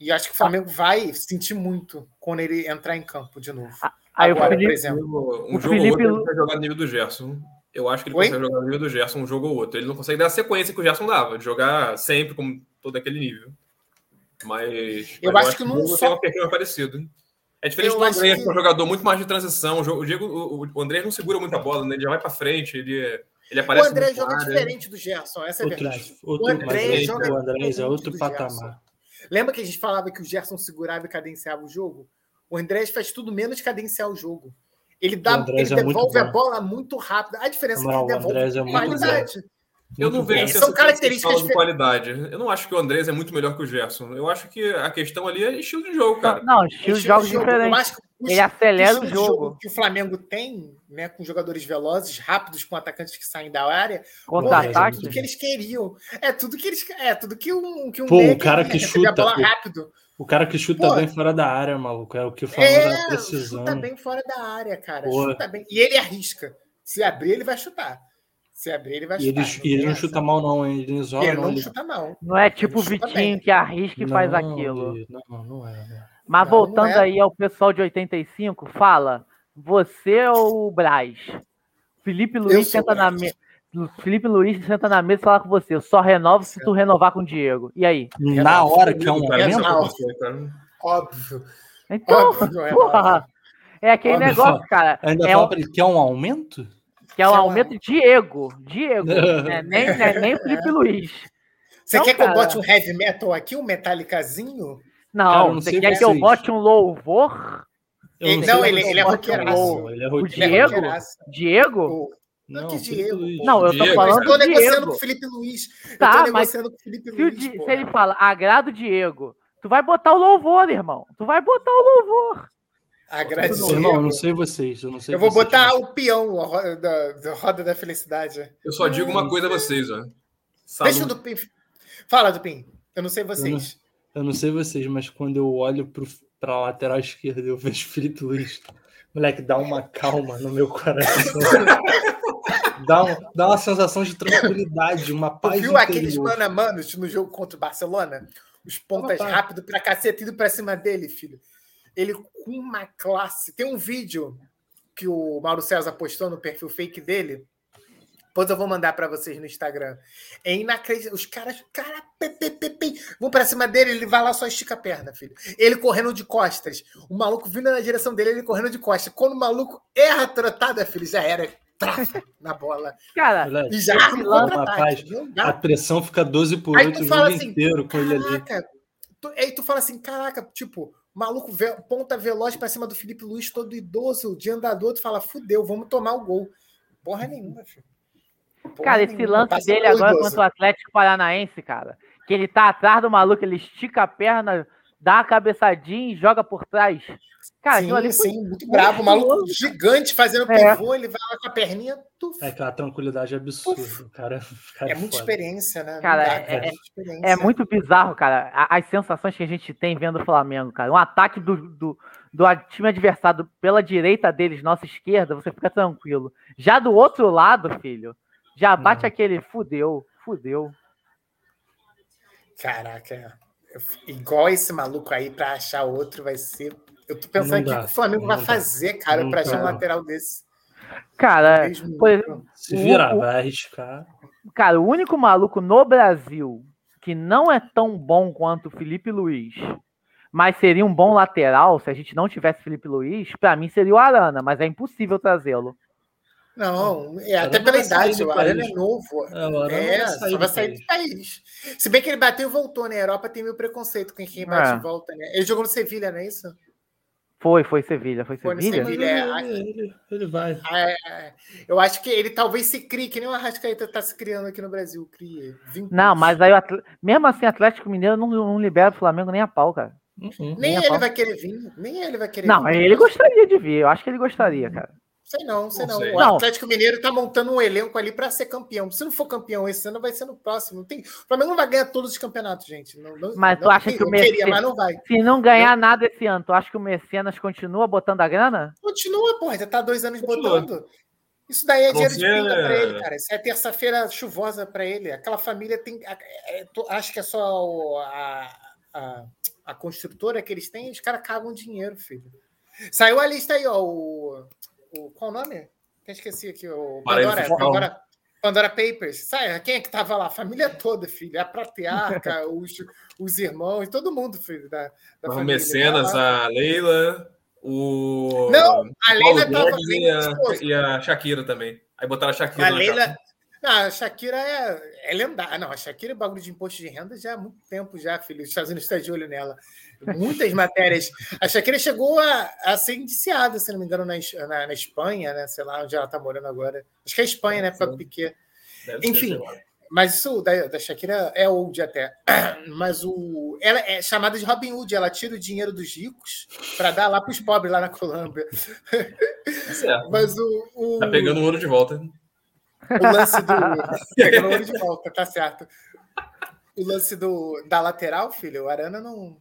E acho que o Flamengo vai sentir muito quando ele entrar em campo de novo. Aí o Agora, por Felipe, exemplo, Um O jogo ou Felipe outro Lu- ele vai jogar no nível do Gerson. Eu acho que ele Oi? consegue jogar no nível do Gerson um jogo ou outro. Ele não consegue dar a sequência que o Gerson dava, de jogar sempre com todo aquele nível. Mas. Eu mas acho que não o Hugo só- tem uma perfil parecido. É diferente Eu do acho André, que- que é um jogador muito mais de transição. O, jogo- o, Diego, o, o André não segura muita bola, né? ele já vai pra frente, ele, ele aparece. o André muito na joga área. diferente do Gerson, essa é a Outro, verdade. outro, O Andrés mas joga o Andrés é diferente outro do patamar. Lembra que a gente falava que o Gerson segurava e cadenciava o jogo? O Andrés faz tudo menos cadenciar o jogo. Ele, dá, O Andrés ele é muito devolve a bom. bola muito rápido. A diferença Não, é que o ele Andrés devolve é com muito qualidade. Eu não Muito vejo bom. essa É, São essa características fala de diferentes. qualidade. Eu não acho que o Andrés é muito melhor que o Gerson. Eu acho que a questão ali é estilo de jogo, cara. Não, estilo de Estilo jogos de jogo. Eu diferentes. acho que o Ele acelera o estilo de jogo. que o Flamengo tem, né, com jogadores velozes, rápidos, com atacantes que saem da área, é Contra-ataque. tudo que eles queriam. É tudo que eles, é tudo que um que um Pô, o meia cara quer, que receber a chuta, bola pô. rápido. O cara que chuta Pô. bem fora da área, maluco. É o que o Flamengo tá É, precisando. chuta bem fora da área, cara. Pô. Chuta bem. E ele arrisca. Se abrir, ele vai chutar. Se abrir, ele vai E ele, chutar. e ele tem não essa. chuta mal, não, hein? Ele isola, Ele não. não ele- chuta mal. É, Não é tipo o Ele chuta Vitinho tá bem. que arrisca e faz Não, aquilo. ele- Não, não é. né? Mas Não, voltando não é. aí ao pessoal de 85, fala. Você ou o Braz? Felipe Luiz sou o senta na Braz. mesa. Felipe Luiz senta na mesa e fala com você. Eu só renovo se tu renovar com o Diego. E aí? Na hora que é um Cara, essa momento. Renato. é a cara. Óbvio. Então, Óbvio, é porra! É aquele Óbvio. negócio, cara. Ainda É fala um- pra ele que é um aumento? Que é o Sei lá. aumento de Diego. Diego. né? Nem, né? nem o Felipe Luiz. Você Não, quer que eu cara. bote um heavy metal aqui, um metálicazinho? Não, Cara, eu não você sei quer que eu vocês. bote um louvor? Eu Não, sei ele- como ele é eu boto roqueiraço. um gol, Ele é O roqueiro. Diego? roqueiraço. Diego? Pô, Não, que Felipe Diego, Luiz. Não, eu tô Diego, Mas é falando eu tô do negociando Diego. com o Felipe Luiz. Eu Tá, tô mas negociando com o Felipe Se, o Luiz. Di- se pô. ele fala, agrada o Diego, tu vai botar o louvor, irmão. Tu vai botar o louvor. Agrade Eu Diego. não, eu não sei vocês. Eu, não sei Eu vou vocês, botar mas- o peão, a roda da, da roda da felicidade. Eu só digo uma coisa a vocês, ó. Salute. Deixa o Dupin. Fala, Dupin. Eu não sei vocês. Tá Eu não sei vocês, mas quando eu olho pro, pra lateral esquerda, eu vejo Felipe Luiz. Moleque, dá uma calma no meu coração. dá, um- dá uma sensação de tranquilidade, uma Tu paz viu aqueles interior. mano a manos no jogo contra o Barcelona? Os pontas Opa. rápido pra cacete, indo pra cima dele, filho. Ele com uma classe. Tem um vídeo que o Mauro César postou no perfil fake dele. Depois eu vou mandar pra vocês no Instagram. É inacreditável. Os caras, cara, pe, pe, pe, pe, vão pra cima dele, ele vai lá só estica a perna, filho. Ele correndo de costas. O maluco vindo na direção dele, ele correndo de costas. Quando o maluco erra a trotada, filho, já era. Trava na bola. Cara, Moleque, E já arma o lance, contra-ataque. rapaz, Não dá a pressão fica 12 por Aí 8 o tu jogo fala assim, inteiro com ele ali. Caraca, tu, aí tu fala assim, caraca, tipo, maluco ve- ponta veloz pra cima do Felipe Luiz, todo idoso, de andador, tu fala, fudeu, vamos tomar o gol. Porra nenhuma, filho. Porra cara, esse nenhuma, lance passa dele todo agora idoso. contra o Atlético Paranaense, cara. Que ele tá atrás do maluco, ele estica a perna, dá a cabeçadinha e joga por trás. Cara, sim, aquilo ali foi sim, muito bravo, o maluco monstruoso, gigante fazendo É. pivô, ele vai lá com a perninha, tuf. É aquela tranquilidade absurda. O cara, o cara é muita foda. experiência, né? Não Cara, dá, é- cara, é- muita experiência. É muito bizarro, cara, a- as sensações que a gente tem vendo o Flamengo, cara. Um ataque do, do, do a- time adversário pela direita deles, nossa esquerda, você fica tranquilo. Já do outro lado, filho, já bate Não. aquele fudeu, fudeu. Caraca, é. Eu f- igual esse maluco aí pra achar outro vai ser. Eu tô pensando Não aqui o dá, que o Flamengo não vai dá. fazer, cara, Não pra achar um dá. lateral desse. Cara, Mesmo- É, por exemplo, Se virar, O- o- vai arriscar. cara, o único maluco no Brasil que não é tão bom quanto o Felipe Luiz, mas seria um bom lateral se a gente não tivesse Felipe Luiz, pra mim seria o Arana, mas é impossível trazê-lo. Não, é, Arana até pela vai sair idade, do o Arana é país. novo. É, o Arana é, vai sair só vai do sair país. do país. Se bem que ele bateu e voltou, né? A Europa tem meio preconceito com quem bate É. e volta, né? Ele jogou no Sevilha, não é isso? Foi, foi Sevilha, foi Foi no Sevilha. Sevilha. Ele é- Ele, ele- ele vai. É, eu acho que ele talvez se crie, que nem o Arrascaeta tá se criando aqui no Brasil, cria. vínculos. Não, mas aí o Atl- mesmo assim, Atlético Mineiro não, não libera o Flamengo nem a pau, cara. Uhum. Nem nem a ele pau. vai querer vir, nem ele vai querer Não, vir. ele gostaria de vir, eu acho que ele gostaria, cara. Sei não, sei Não não. sei. O Não. Atlético Mineiro tá montando um elenco ali pra ser campeão. Se não for campeão esse ano, vai ser no próximo. Não Tem... O Flamengo não vai ganhar todos os campeonatos, gente. Não, não- Mas tu não acha tem- que o eu queria, Messi- mas não vai. Se não ganhar nada esse ano, tu acha que o Mecenas continua botando a grana? Continua, porra, já tá dois anos Continua. botando. Isso daí é dinheiro de Você- pinga pra ele, cara. Isso é terça-feira chuvosa pra ele. Aquela família tem. a- é- to- acho que é só o- a, a, a construtora que eles têm, os caras cagam dinheiro, filho. Saiu a lista aí, ó. O, o, qual o nome? Até esqueci aqui o Paraíso Pandora, fiscal. Pandora, Pandora Papers. Sai, quem é que tava lá? A família toda, filho. A patriarca, os, os irmãos, todo mundo, filho, da, da O família. Mecenas, a Leila, o. Não, a Paulo Leila tava Guedes bem e a, disposto. e a Shakira também. Aí botaram a Shakira. é A na Leila. capa. Não, a Shakira é, é lendária. Não, a Shakira é bagulho de imposto de renda já há muito tempo já, filho. Os Estados Unidos estão de olho nela. Muitas matérias. A Shakira chegou a, a ser indiciada, se não me engano, na, Es- na, na Espanha, né? Sei lá onde ela está morando agora. Acho que é a Espanha, né? Para Piquet. Deve ser, Enfim. sei lá. Mas isso da, da Shakira é old até. Mas o, ela é chamada de Robin Hood. Ela tira o dinheiro dos ricos para dar lá para os pobres lá na Colômbia. Tá certo. Mas o, o- Tá pegando o ouro de volta. o lance do. Pegando o olho de volta, tá certo. O lance do, da lateral, filho, o Arana não,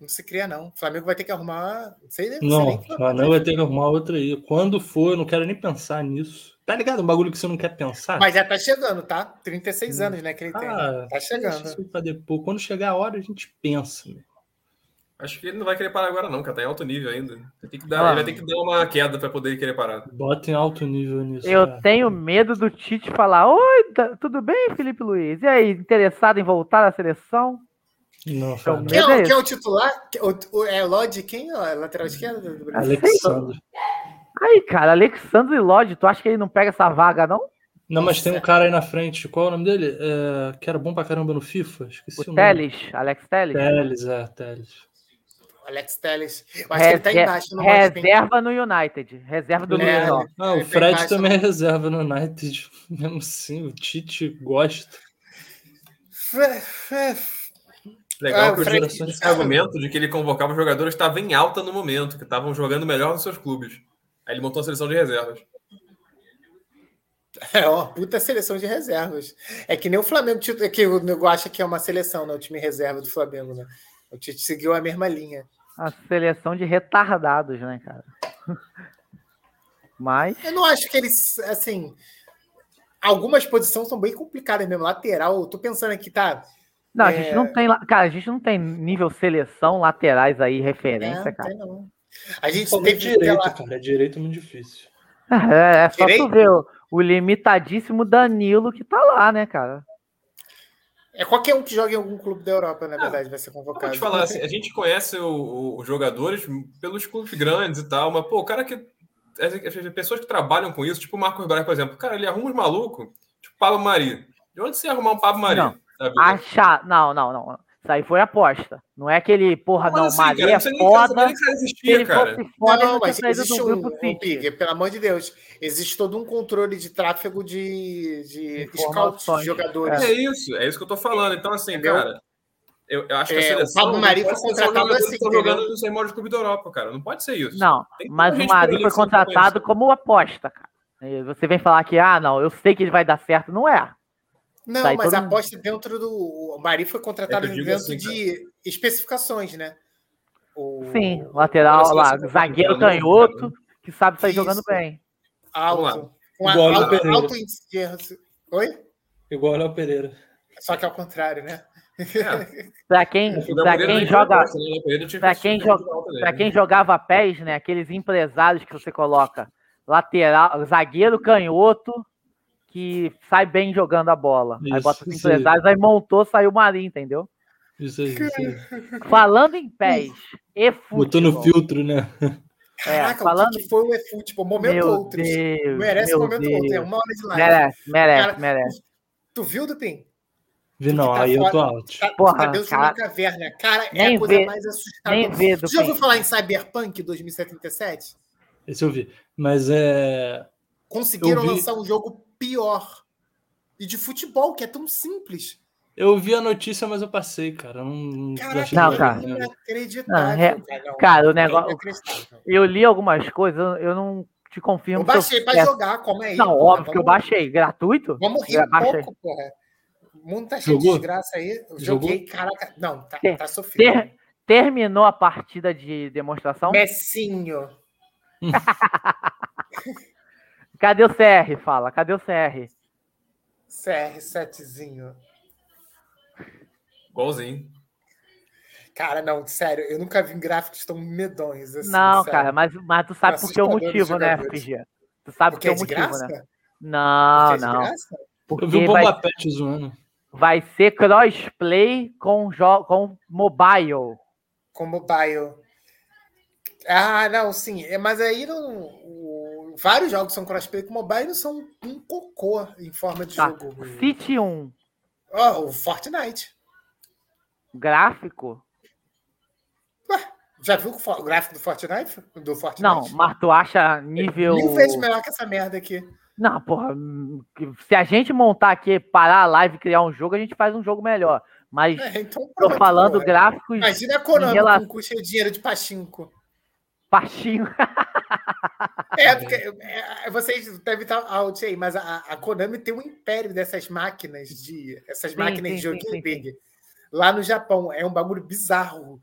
não se cria, não. O Flamengo vai ter que arrumar. Não sei, não sei nem Não, o que vai mas não vai ter que arrumar outra aí. Quando for, eu não quero nem pensar nisso. Tá ligado? Um bagulho que você não quer pensar. Mas já tá chegando, tá? 36 anos, né, que ele tem. Ah, Tá deixa chegando. isso pra depois. Quando chegar a hora, a gente pensa. meu. Acho que ele não vai querer parar agora, não, cara. Tá em alto nível ainda. Vai ter que dar, Ah. ele vai ter que dar uma queda pra poder querer parar. Bota em alto nível nisso. Eu cara. tenho medo do Tite falar: Oi, tá- tudo bem, Felipe Luiz? E aí, interessado em voltar à seleção? Não, fala. Quem é, Medo é o- quem é esse. o titular? Que- o- o- É Lodi quem? ó? É lateral esquerdo do Brasil? Alexandre. Aí, cara, Alexandre Lodge, tu acha que ele não pega essa vaga, não? Não, mas tem um cara aí na frente. Qual é o nome dele? É, que era bom pra caramba no FIFA. Esqueci O o, nome. Teles, Alex Teles. Teles, é, Teles. Alex Telles. Eu acho que ele tá Reser- embaixo no Rodrigo. Reserva no United. Reserva do É, Luiz, ó. Ah, o Ele tá Fred embaixo, também é reserva no United. Mesmo assim, o Tite gosta. Fre- fre- Legal Ah, que o Fred- Jorge Santos tem argumento de que ele convocava os jogadores que estavam em alta no momento, que estavam jogando melhor nos seus clubes. Aí ele montou a seleção de reservas. É uma puta seleção de reservas. É que nem o Flamengo, titu- é que o nego acha que é uma seleção, né? O time reserva do Flamengo, né? O Tite seguiu a mesma linha. A seleção de retardados, né, cara? Mas. Eu não acho que eles, assim. Algumas posições são bem complicadas mesmo. Lateral, eu tô pensando aqui, tá? Não, a É. gente não tem. la- Cara, a gente não tem nível seleção, laterais aí, referência, É, não cara. tem não. A gente Principalmente teve sei direito, lá, cara. Direito é muito difícil. É, é só Direito? tu ver o, o limitadíssimo Danilo que tá lá, né, cara? É qualquer um que joga em algum clube da Europa, na verdade, vai ser Eu vou convocado. te falar assim, a gente conhece o- o- os jogadores pelos clubes grandes e tal, mas, pô, o cara que. As, as pessoas que trabalham com isso, tipo o Marcos Braz, por exemplo, cara, ele arruma uns malucos, tipo Pablo Mari. De onde você ia arrumar um Pablo Mari? Não. sabe? Achar. Não, não, não. Isso aí foi aposta. Não é aquele, porra, Mas não, assim, cara, Maria é você nem quer saber foda. nem que esse cara Se existia, ele cara. fosse foda, Não, ele tinha mas saído existe do um, grupo um City. Big, pelo amor de Deus. Existe todo um controle de tráfego de, de scouts Informações. de jogadores. É isso, é isso que eu tô falando. Então, assim, Entendeu? cara, eu, eu acho que a É, o seleção. Pablo Mari foi contratado assim, Estão entendeu? jogando nos maiores clubes da Europa, cara. Não pode ser um isso. Não, Tem tanta mas o gente tipo por Mari ali foi que você não assim. contratado como aposta, cara. E você vem falar que, ah, não, eu sei que ele vai dar certo. Não é. Não, Sai mas todo a mundo. aposta dentro do. O Mari foi contratado É que eu digo dentro assim, cara. de especificações, né? O- é Sim, lateral Olha lá, só, você tá zagueiro jogando, canhoto, que sabe sair né? Isso. jogando bem. Vamos Alto. Com a- Igual o alto, Pereira. alto índice de erros. Oi? Igual o Léo Pereira. Só que ao contrário, né? conhece. É, Pra quem, um o Gabriel pra nem quem joga, gosta, né? O Gabriel tinha pra que quem tirar joga- de volta dele. É. para quem jogava pés, né, aqueles empresários que você coloca, lateral, zagueiro canhoto que sai bem jogando a bola. aí Isso, bota os isso empresários, aí montou, saiu o Marinho, entendeu? Isso aí. Isso aí. Falando em pés e Botou futebol. no filtro, né? É, Caraca, o é falando- que que foi o eFootball? Tipo, Momento Meu outros. Deus, Merece meu momento Deus. outro. É uma hora de live. Merece, merece, Cara, merece. Tu viu, Dupin? Vi não, tá aí eu tô fora. out. Tá, Porra, tá dentro cara. de uma caverna. Cara, é Nem a coisa vê- mais Nem assustadora. vê do Tu já ouviu Pink. falar em Cyberpunk 2077? Esse eu vi. Mas é. Conseguiram Eu vi. lançar um jogo pior. E de futebol, que é tão simples. Eu vi a notícia, mas eu passei, cara. Eu Não, Caraca, Não, é cara. Não, inacreditável. é- cara. Não, Cara, o é negócio. inacreditável. Eu li algumas coisas, eu- eu não te confirmo. Eu se baixei pra é- jogar, como é isso? Não, óbvio que eu é, Vamos- baixei. Gratuito? Vamos rir Eu um baixei. pouco, porra. O mundo tá cheio Jogou? de desgraça aí. Eu Jogou? joguei, caraca. Não, tá, Ter- tá sofrido. Ter- terminou a partida de demonstração? É. Messinho. Cadê o CR? Fala, cadê o CR? CR7zinho. Igualzinho. Cara, não, sério, eu nunca vi gráficos tão medonhos assim. Não, sério. cara, mas, mas tu sabe por que o é Assustador dos motivo, né, jogadores. FG? Tu Tu sabe Porque que é é o de motivo, graça? né? Porque Não, é de não. graça? Eu vi o Porque vai, Bomba Pet zoando. vai ser crossplay com, jo- com mobile. Com mobile. Ah, não, sim. É, Mas aí não, o- vários jogos são crossplay com mobile não são um cocô em forma de Tá. jogo. City 1, Ó, o Fortnite. gráfico? Já viu o fo- o gráfico do Fortnite? Do Fortnite? Não, mas tu acha nível. Mil vezes melhor que essa merda aqui. Não, porra. hum, que- Se a gente montar aqui, parar a live e criar um jogo, a gente faz um jogo melhor. Mas É, então, tô pronto, falando porra. gráficos Imagina a Konami em relação- com custo de dinheiro de pachinko. baixinhos. É, porque é, é, vocês devem estar out aí, mas a, a Konami tem um império dessas máquinas de. Essas Sim, máquinas de sim, sim, joguinho sim, sim. big. Lá no Japão. É um bagulho bizarro.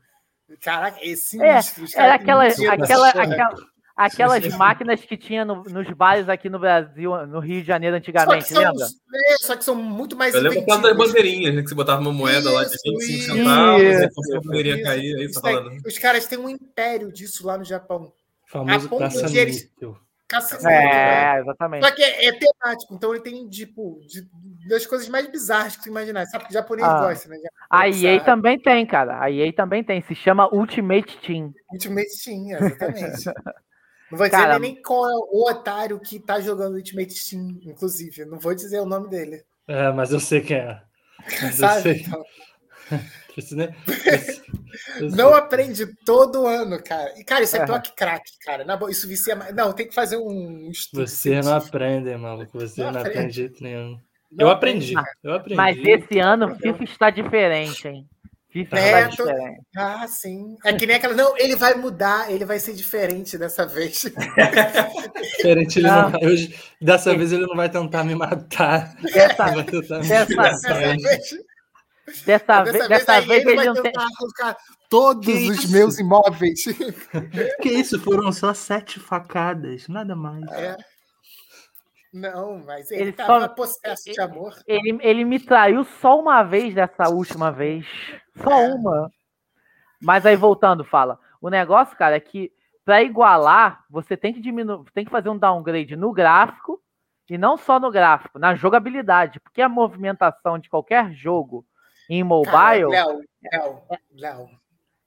Caraca, é sinistro. os Era caras têm aquela, dinheiro da aquela, China. aquela- aquelas máquinas que tinha no- nos bares aqui no Brasil, no Rio de Janeiro Só que, antigamente, são, lembra? é, só que são muito mais Eu lembro quase das inventivos. bandeirinhas, né? Que você botava uma moeda lá de Isso, 25 isso, centavos, e isso, você poderia isso, cair, aí Isso tá aí, falando. os caras têm um império disso lá no Japão. Famoso ponto caça de eles- níquel. Cacete. É, exatamente. né? Só que é, é temático, então ele tem, tipo, de, das coisas mais bizarras que tu imaginar. Sabe que o japonês Ah. gosta, né? A EA bizarro. também tem, cara. A EA também tem. Se chama Ultimate Team. Ultimate Team, exatamente. Não vou Cara, dizer nem qual é o otário que tá jogando Ultimate Team, inclusive. Não vou dizer o nome dele. É, mas eu sei quem é. Mas eu Sabe? sei. Então, Isso, né? Isso- isso- não aprende todo ano, cara. E, cara, isso é É. pior que crack, cara. Na boa, isso vicia mais. Não, tem que fazer um estudo. Você não aprende, maluco. Você Não não aprende. aprende de jeito nenhum. Não eu aprende, aprendi. Eu aprendi. Ah, Mas esse ano FIFA está diferente, hein? FIFA É, está tô- diferente. Ah, sim. É que nem aquela. Não, ele vai mudar, ele vai ser diferente dessa vez. Diferente, ele Ah. não vai- hoje- dessa vez ele não vai tentar me matar. Ele Dessa, vai tentar me dessa- Dessa matar. vez. dessa Dessa vez, vez, dessa aí vez ele ele vai não tem. tentar arrancar todos Que os isso? meus imóveis. Que isso? Foram só sete facadas, nada mais. É. Não, mas ele, Ele tava só- possesso de ele- amor. Ele, ele me traiu só uma vez dessa última vez. Só É. uma. Mas aí voltando, fala. O negócio, cara, é que para igualar, você tem que diminuir, tem que fazer um downgrade no gráfico e não só no gráfico, na jogabilidade, porque a movimentação de qualquer jogo em Cara, mobile, Léo, Léo, Léo.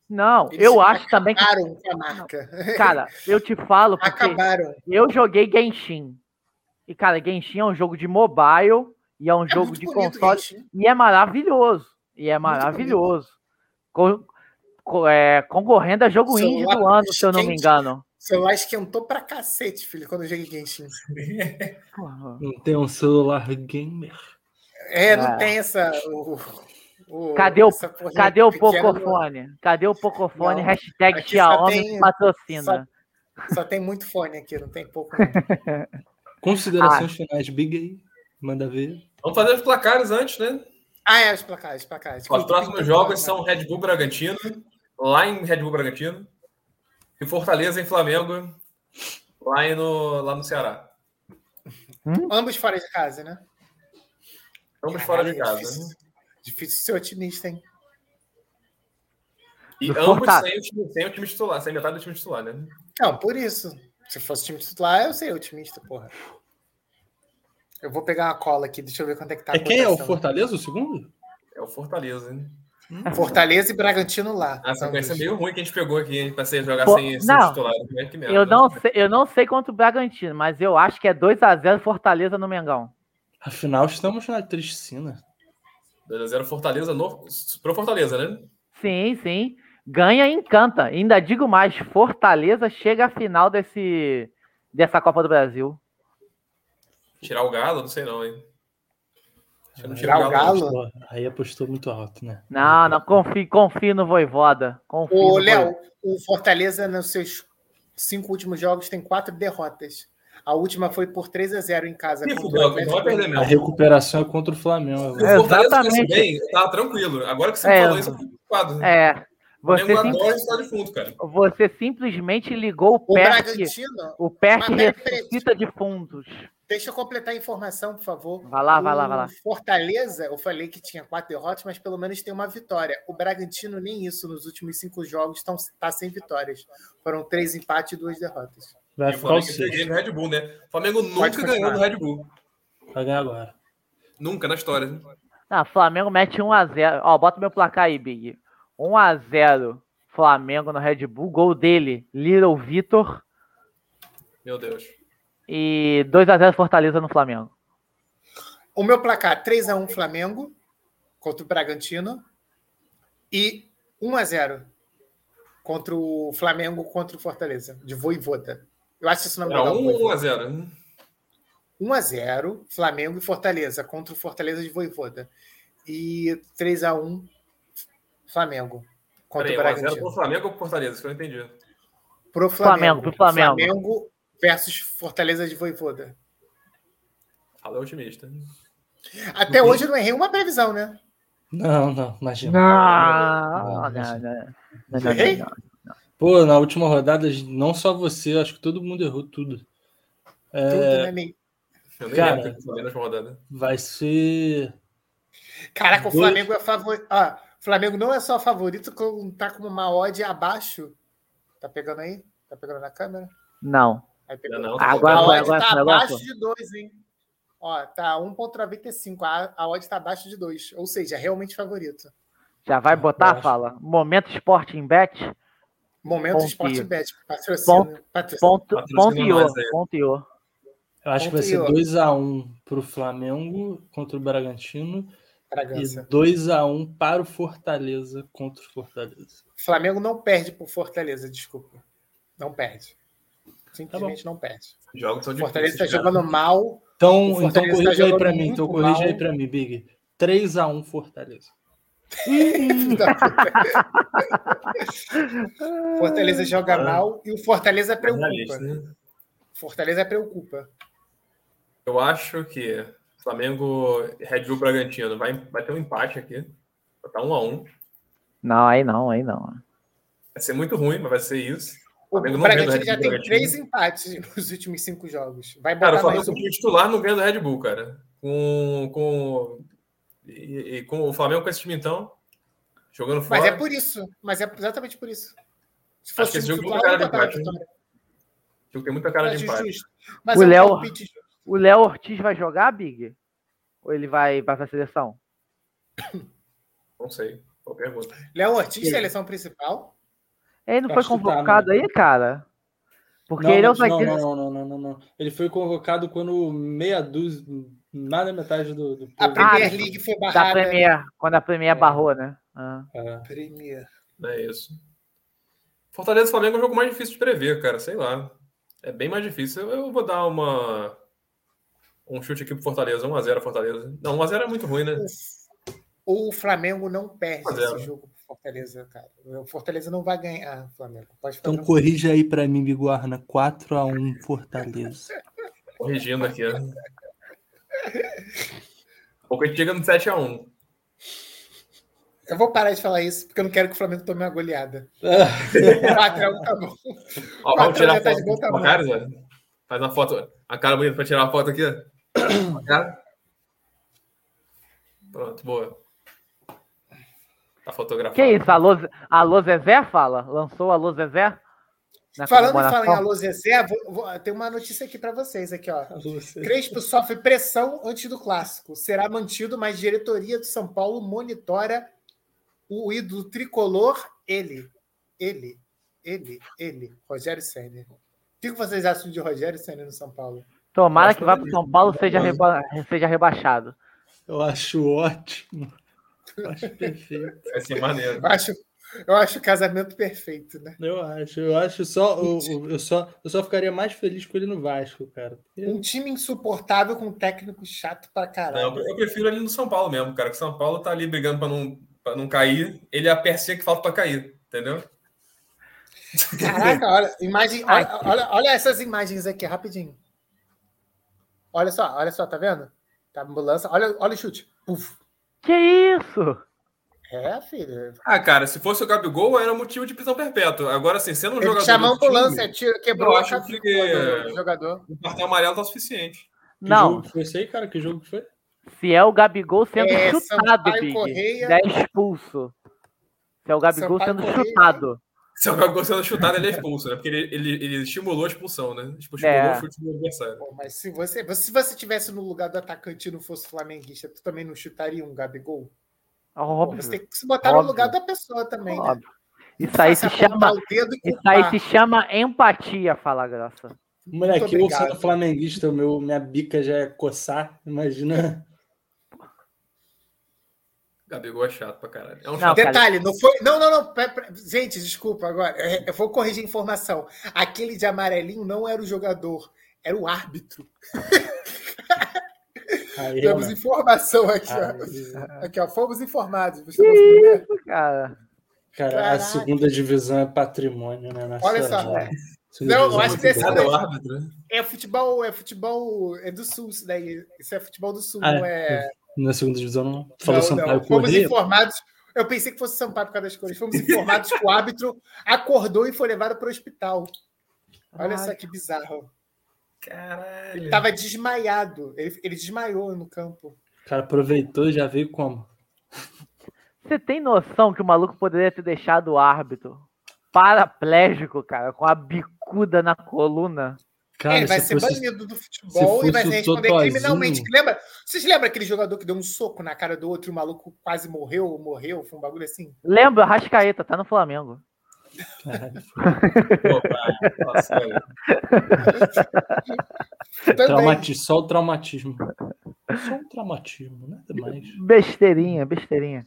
não, eles eu acho também que, Acabaram com a marca. cara, eu te falo porque Acabaram. eu joguei Genshin. E cara, Genshin é um jogo de mobile e é um É jogo muito de bonito, console gente. e é maravilhoso. E é maravilhoso. Co- co- é, concorrendo a jogo Celular indie do ano, se eu não me quente. engano. O celular esquentou pra cacete, filho, quando eu joguei Genshin. Porra. Não tem um celular gamer. É, não É. tem essa. o- o- Cadê o- essa porrinha Cadê o pequena, Pocofone? Cadê o Pocofone? Não. Hashtag Aqui só Xiaomi tem- patrocina. Só tem muito fone aqui, não tem pouco. não. Considerações finais, Big aí. Manda ver. Vamos fazer os placares antes, né? Ah, é, os placares, os placares. Tipo, Ó, Os próximos jogos Não. são Red Bull Bragantino, lá em Red Bull Bragantino, e Fortaleza em Flamengo, lá, em no, lá no Ceará. Ambos fora de casa, né? Ambos fora de Caralho, casa. Difícil, né? difícil ser otimista, hein? E Do ambos Fortaleza. sem o, time, sem o time titular, sem metade do time titular, né? Não, por isso. Se fosse time titular, eu seria otimista, porra. Eu vou pegar uma cola aqui, deixa eu ver quanto é que tá. a é quem é o cotação. Fortaleza, o segundo? É o Fortaleza, né? Fortaleza e Bragantino lá. Então, A sequência é Ambos. meio ruim que a gente pegou aqui, hein? Pra você jogar Pô, sem, sem não. titular. né? Que merda. Eu não, sei, eu não sei quanto o Bragantino, mas eu acho que é 2x0 Fortaleza no Mengão. Afinal, estamos na Tristina. 2x0 Fortaleza no, pro Fortaleza, né? Sim, sim. Ganha e encanta. Ainda digo mais, Fortaleza chega à final desse, dessa Copa do Brasil. Tirar o galo, não sei não, hein? Acho que É não Tirar o não. Galo? Pô, Aí apostou muito alto, né? Não, não, confio, confio no Voivoda. Confio Ô, no Léo, o Fortaleza, nos seus cinco últimos jogos, tem quatro derrotas. A última foi por 3 a 0 em casa. Ih, contra o fudeu, Atlético vai perder A mesmo. recuperação é contra o Flamengo agora. Se o Fortaleza fosse Exatamente. bem, eu tava tranquilo. Agora que você É. falou isso, eu tô preocupado. né? É. O Você, Flamengo sim- adora estar de fundo, cara. você simplesmente ligou o O PERC. Bragantino, O PERC Mas peraí, ressuscita de fundos. deixa eu completar a informação, por favor. Vai lá, vai lá, vai lá. O Fortaleza, eu falei que tinha quatro derrotas, mas pelo menos tem uma vitória. O Bragantino, tá nem isso, nos últimos cinco jogos, está sem vitórias. Foram três empates e duas derrotas. E Vai o ficar o Flamengo tem sexto. game Red Bull, né? O Flamengo Pode nunca ganhou do continuar. Red Bull. Vai ganhar agora. Nunca na história. né? Ah, Flamengo mete 1x0. Ó, bota meu placar aí, Big. 1x0 Flamengo no Red Bull. Gol dele, Little Vitor. Meu Deus. E 2x0 Fortaleza no Flamengo. O meu placar 3x1 Flamengo contra o Bragantino e 1x0 contra o Flamengo contra o Fortaleza, de Voivoda. Eu acho isso não Era 1 ou 1 a 0? 1x0 Flamengo e Fortaleza contra o Fortaleza de Voivoda. E 3x1 Flamengo contra Peraí, 1 a o 0 Bragantino. pro Flamengo ou pro Fortaleza? Isso que eu não entendi. Pro Flamengo, pro Flamengo. Flamengo versus Fortaleza de Voivoda. Fala é otimista. Uhum. Até hoje eu não errei uma previsão, né? Não, não, imagina. Não, não, não, não. não, não, Errei? não, não. Pô, na última rodada, não só você, acho que todo mundo errou tudo. É. Tudo, né, Ney? Eu nem Cara. lembro o que eu falei na última rodada. Vai ser. Caraca, o Dois. Flamengo é favorito. Ah, Flamengo não é só favorito, como tá com uma odd abaixo. Tá pegando aí? Tá pegando na câmera? Não. Aí Não, pegou. não, tá Agora a bom. foi, odd agora tá foi, agora abaixo foi. de 2, hein? Ó, tá 1,95. A, a odd tá abaixo de 2. Ou seja, é realmente favorito. Já vai botar, Abaixo. fala. Momento Sporting Bet. Momento Confio. Sport Bet. Patrocínio. patrocínio. Ponto, ponto Patrocina Iô, nós aí. ponto Iô. Eu acho que vai ser Confio. 2x1 pro Flamengo contra o Bragantino e Bragança. 2x1 para o Fortaleza contra o Fortaleza. Flamengo não perde por Fortaleza, desculpa. Não perde. Simplesmente Tá não perde. Jogos são Fortaleza difíceis. tá cara. jogando mal, O Então, então Fortaleza tá corrija aí jogando pra mim, muito então corrija aí mal. pra mim, Big. 3x1 Fortaleza. Filho da puta. Fortaleza joga mal e o Fortaleza Ah. Analista, preocupa. né? Fortaleza preocupa. Eu acho que Flamengo e Red Bull Bragantino vai, vai ter um empate aqui. Vai estar 1 a 1. Não, aí não, aí não. Vai ser muito ruim, mas vai ser isso. O Flamengo não ganha do Bragantino Red já Bull tem Bragantino. três empates nos últimos cinco jogos. Vai né? Cara, o botar Flamengo mais com um. o time titular não ganha do Red Bull, cara. Com, com, e, e com o Flamengo com esse time, então, jogando fora. Mas é por isso. Mas é exatamente por isso. Se um que esse time jogo titular, não era eu botava empate, vitória. Tipo, Tem muita cara Mas de empate. justo. Mas O é um Léo- palpite justo. O Léo Ortiz vai jogar, Big? Ou ele vai vai pra seleção? Não sei. Boa pergunta. Léo Ortiz, seleção principal. Ele não Eu foi acho que tá, convocado mano. aí, cara? Porque não, ele é o mas não, zagueiro. não, não, não, não, não. Ele foi convocado quando meia dúzia, mais da metade do, do A povo- Premier League foi Ah, Da barrada. Premier, quando a Premier É. barrou, né? Ah. É. Premier. Não é isso. Fortaleza e Flamengo é o jogo mais difícil de prever, cara. Sei lá. É bem mais difícil. Eu, eu vou dar uma. Um chute aqui pro Fortaleza. 1x0 Fortaleza. Não, 1x0 é muito ruim, né? O Flamengo não perde Mas é. esse jogo pro Fortaleza, cara. O Fortaleza não vai ganhar, Flamengo. Pode ficar Então tranquilo. corrija aí pra mim, Biguarna. 4x1 Fortaleza. Corrigindo aqui. ó. Daqui a Pouco a um. gente chega no 7x1. Eu vou parar de falar isso, porque eu não quero que o Flamengo tome uma goleada. 4x1 tá bom. Ó, Quatro vamos tirar a letras foto de bom com a tamanho. cara, Zé? Faz uma foto, a cara bonita pra tirar uma foto aqui. ó. A cara. Pronto, boa. Tá fotografado. Que isso? Alô, Ze- Alô Zezé fala? Lançou Alô Zezé? Na Falando em falar em comemoração? Alô Zezé, vou- vou- tem uma notícia aqui pra vocês, aqui, ó. Crespo sofre pressão antes do clássico. Será mantido, mas diretoria do São Paulo monitora o ídolo tricolor, ele. Ele, ele, ele, Rogério Senna. O que que vocês acham de Rogério Senna no São Paulo? Tomara Nossa, que vá pro São Paulo seja, reba- seja rebaixado. Eu acho ótimo. Eu acho perfeito. Vai ser É assim, maneiro. Eu acho, eu acho o casamento perfeito, né? Eu acho, eu acho só. o- o- Eu, só, eu só ficaria mais feliz com ele no Vasco, cara. Porque- Um time insuportável com um técnico chato pra caralho. Não, eu prefiro ali no São Paulo mesmo, cara. Que o São Paulo tá ali brigando pra não, pra não cair. Ele é a persia que falta pra cair, entendeu? Caraca, olha, imagem, Ai. olha, olha, olha essas imagens aqui, rapidinho. Olha só, olha só, tá vendo? Tá ambulância, olha, olha o chute. Puf. Que isso? É, filho. Ah, cara, se fosse o Gabigol, era motivo de prisão perpétua. Agora, assim, sendo um Ele jogador. chamou a do time, ambulância, tira, é quebrou eu a acho cabeça que- do jogador. Um cartão amarelo tá o suficiente. Que Não, jogo que foi esse aí, cara? Que jogo que foi? se é o Gabigol sendo É, chutado, Sampaio Big. Correia. Já é expulso. Se é o Gabigol Sampaio sendo Correia. chutado. Se o Gabigol sendo chutado, ele é expulso, né? Porque ele, ele, ele estimulou a expulsão, né? Estimulou É. o chute do adversário. Pô, mas se você, se você tivesse no lugar do atacante e não fosse flamenguista, tu também não chutaria um Gabigol? Pô, Óbvio. Você tem que se botar Óbvio. no lugar da pessoa também, né? óbvio. Isso aí Só se chama. apontar o dedo e Isso aí culpar. se chama empatia, fala graça. Moleque, eu obrigado. sendo flamenguista, o meu, minha bica já é coçar. Imagina. Gabigol é chato pra caralho. É um Não, chato. cara. Detalhe, não foi. Não, não, não. pe- pe- Gente, desculpa agora. é, Eu vou corrigir a informação. Aquele de amarelinho não era o jogador, era o árbitro. Aí, Temos né? mano. informação aqui, Ah, ó. Aí, é. Aqui, ó. Fomos informados. Você não sabia? Cara, cara, a Caraca. segunda divisão é patrimônio, né? Olha só. nacional. Segunda Não, eu divisão acho que é esse- muito Nada é o árbitro, né? É futebol, é futebol. É do sul, isso daí. Isso é futebol do sul, Ah, não é. boa. Na segunda divisão não. Falou não, Sampaio não. Fomos Corrêa. informados. Eu pensei que fosse Sampaio por causa das cores. Fomos informados que o árbitro acordou e foi levado para o hospital. Olha só que bizarro. Caralho. Ele estava desmaiado. Ele, ele desmaiou no campo. O cara aproveitou e já veio como? Você tem noção que o maluco poderia ter deixado o árbitro paraplégico, cara, com a bicuda na coluna? Cara, É, ele vai se ser fosse- banido do futebol e vai fosse o responder Totozinho- criminalmente. Que Lembra? Vocês lembram aquele jogador que deu um soco na cara do outro e o maluco quase morreu? Morreu? Foi um bagulho assim? Lembra, Rascaeta, tá no Flamengo. Caralho. Pô, cara, fala sério. Também. Traumati- Só o traumatismo. Só o traumatismo, nada mais. Besteirinha, besteirinha.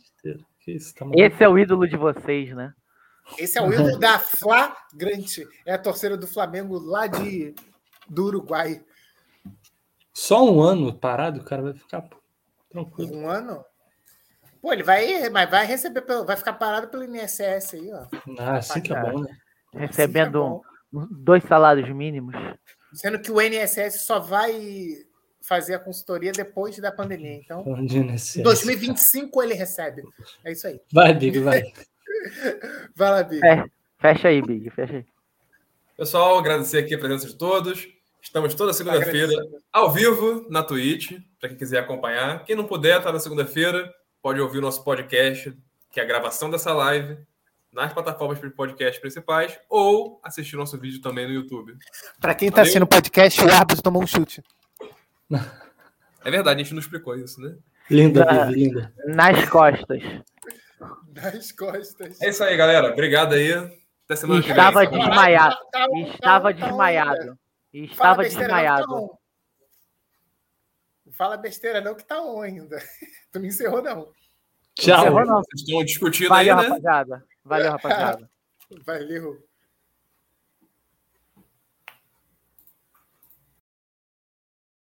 Que isso, tá maluco? Esse é o ídolo de vocês, né? Esse é o ídolo da Flagrante. É a torcida do Flamengo lá de, do Uruguai. Só um ano parado, o cara vai ficar pô, tranquilo. Um ano. Pô, ele vai, mas vai receber, pelo- vai ficar parado pelo INSS aí, ó. Ah, assim que é cara. bom, né? Recebendo Assim que é bom. um- dois salários mínimos. Sendo que o INSS só vai fazer a consultoria depois da pandemia. Então, Falando de INSS. em 2025 ele recebe. É isso aí. Vai, Big, vai. Vai lá, Bi. É. Fecha aí, Big, fecha aí. Pessoal, agradecer aqui a presença de todos. Estamos toda segunda-feira ao vivo na Twitch, para quem quiser acompanhar. Quem não puder, tá na segunda-feira, pode ouvir o nosso podcast, que é a gravação dessa live, nas plataformas de podcast principais, ou assistir nosso vídeo também no YouTube. Para quem tá Valeu. assistindo o podcast, o árbitro tomou um chute. É verdade, a gente não explicou isso, né? Linda, Ah. Big, linda. Nas costas. Das costas. É isso aí, galera. Obrigado aí. Até semana que vem. Estava Tamo junto. desmaiado. Tá- tá- E estava tá- tá- onda. desmaiado. E Fala estava besteira não que tá desmaiado. on. Não Fala besteira não que tá on ainda. Tu não encerrou não. Tchau. Encerrou, não. Vocês estão discutindo aí, Valeu, né? rapaziada. Valeu, rapaziada. Valeu.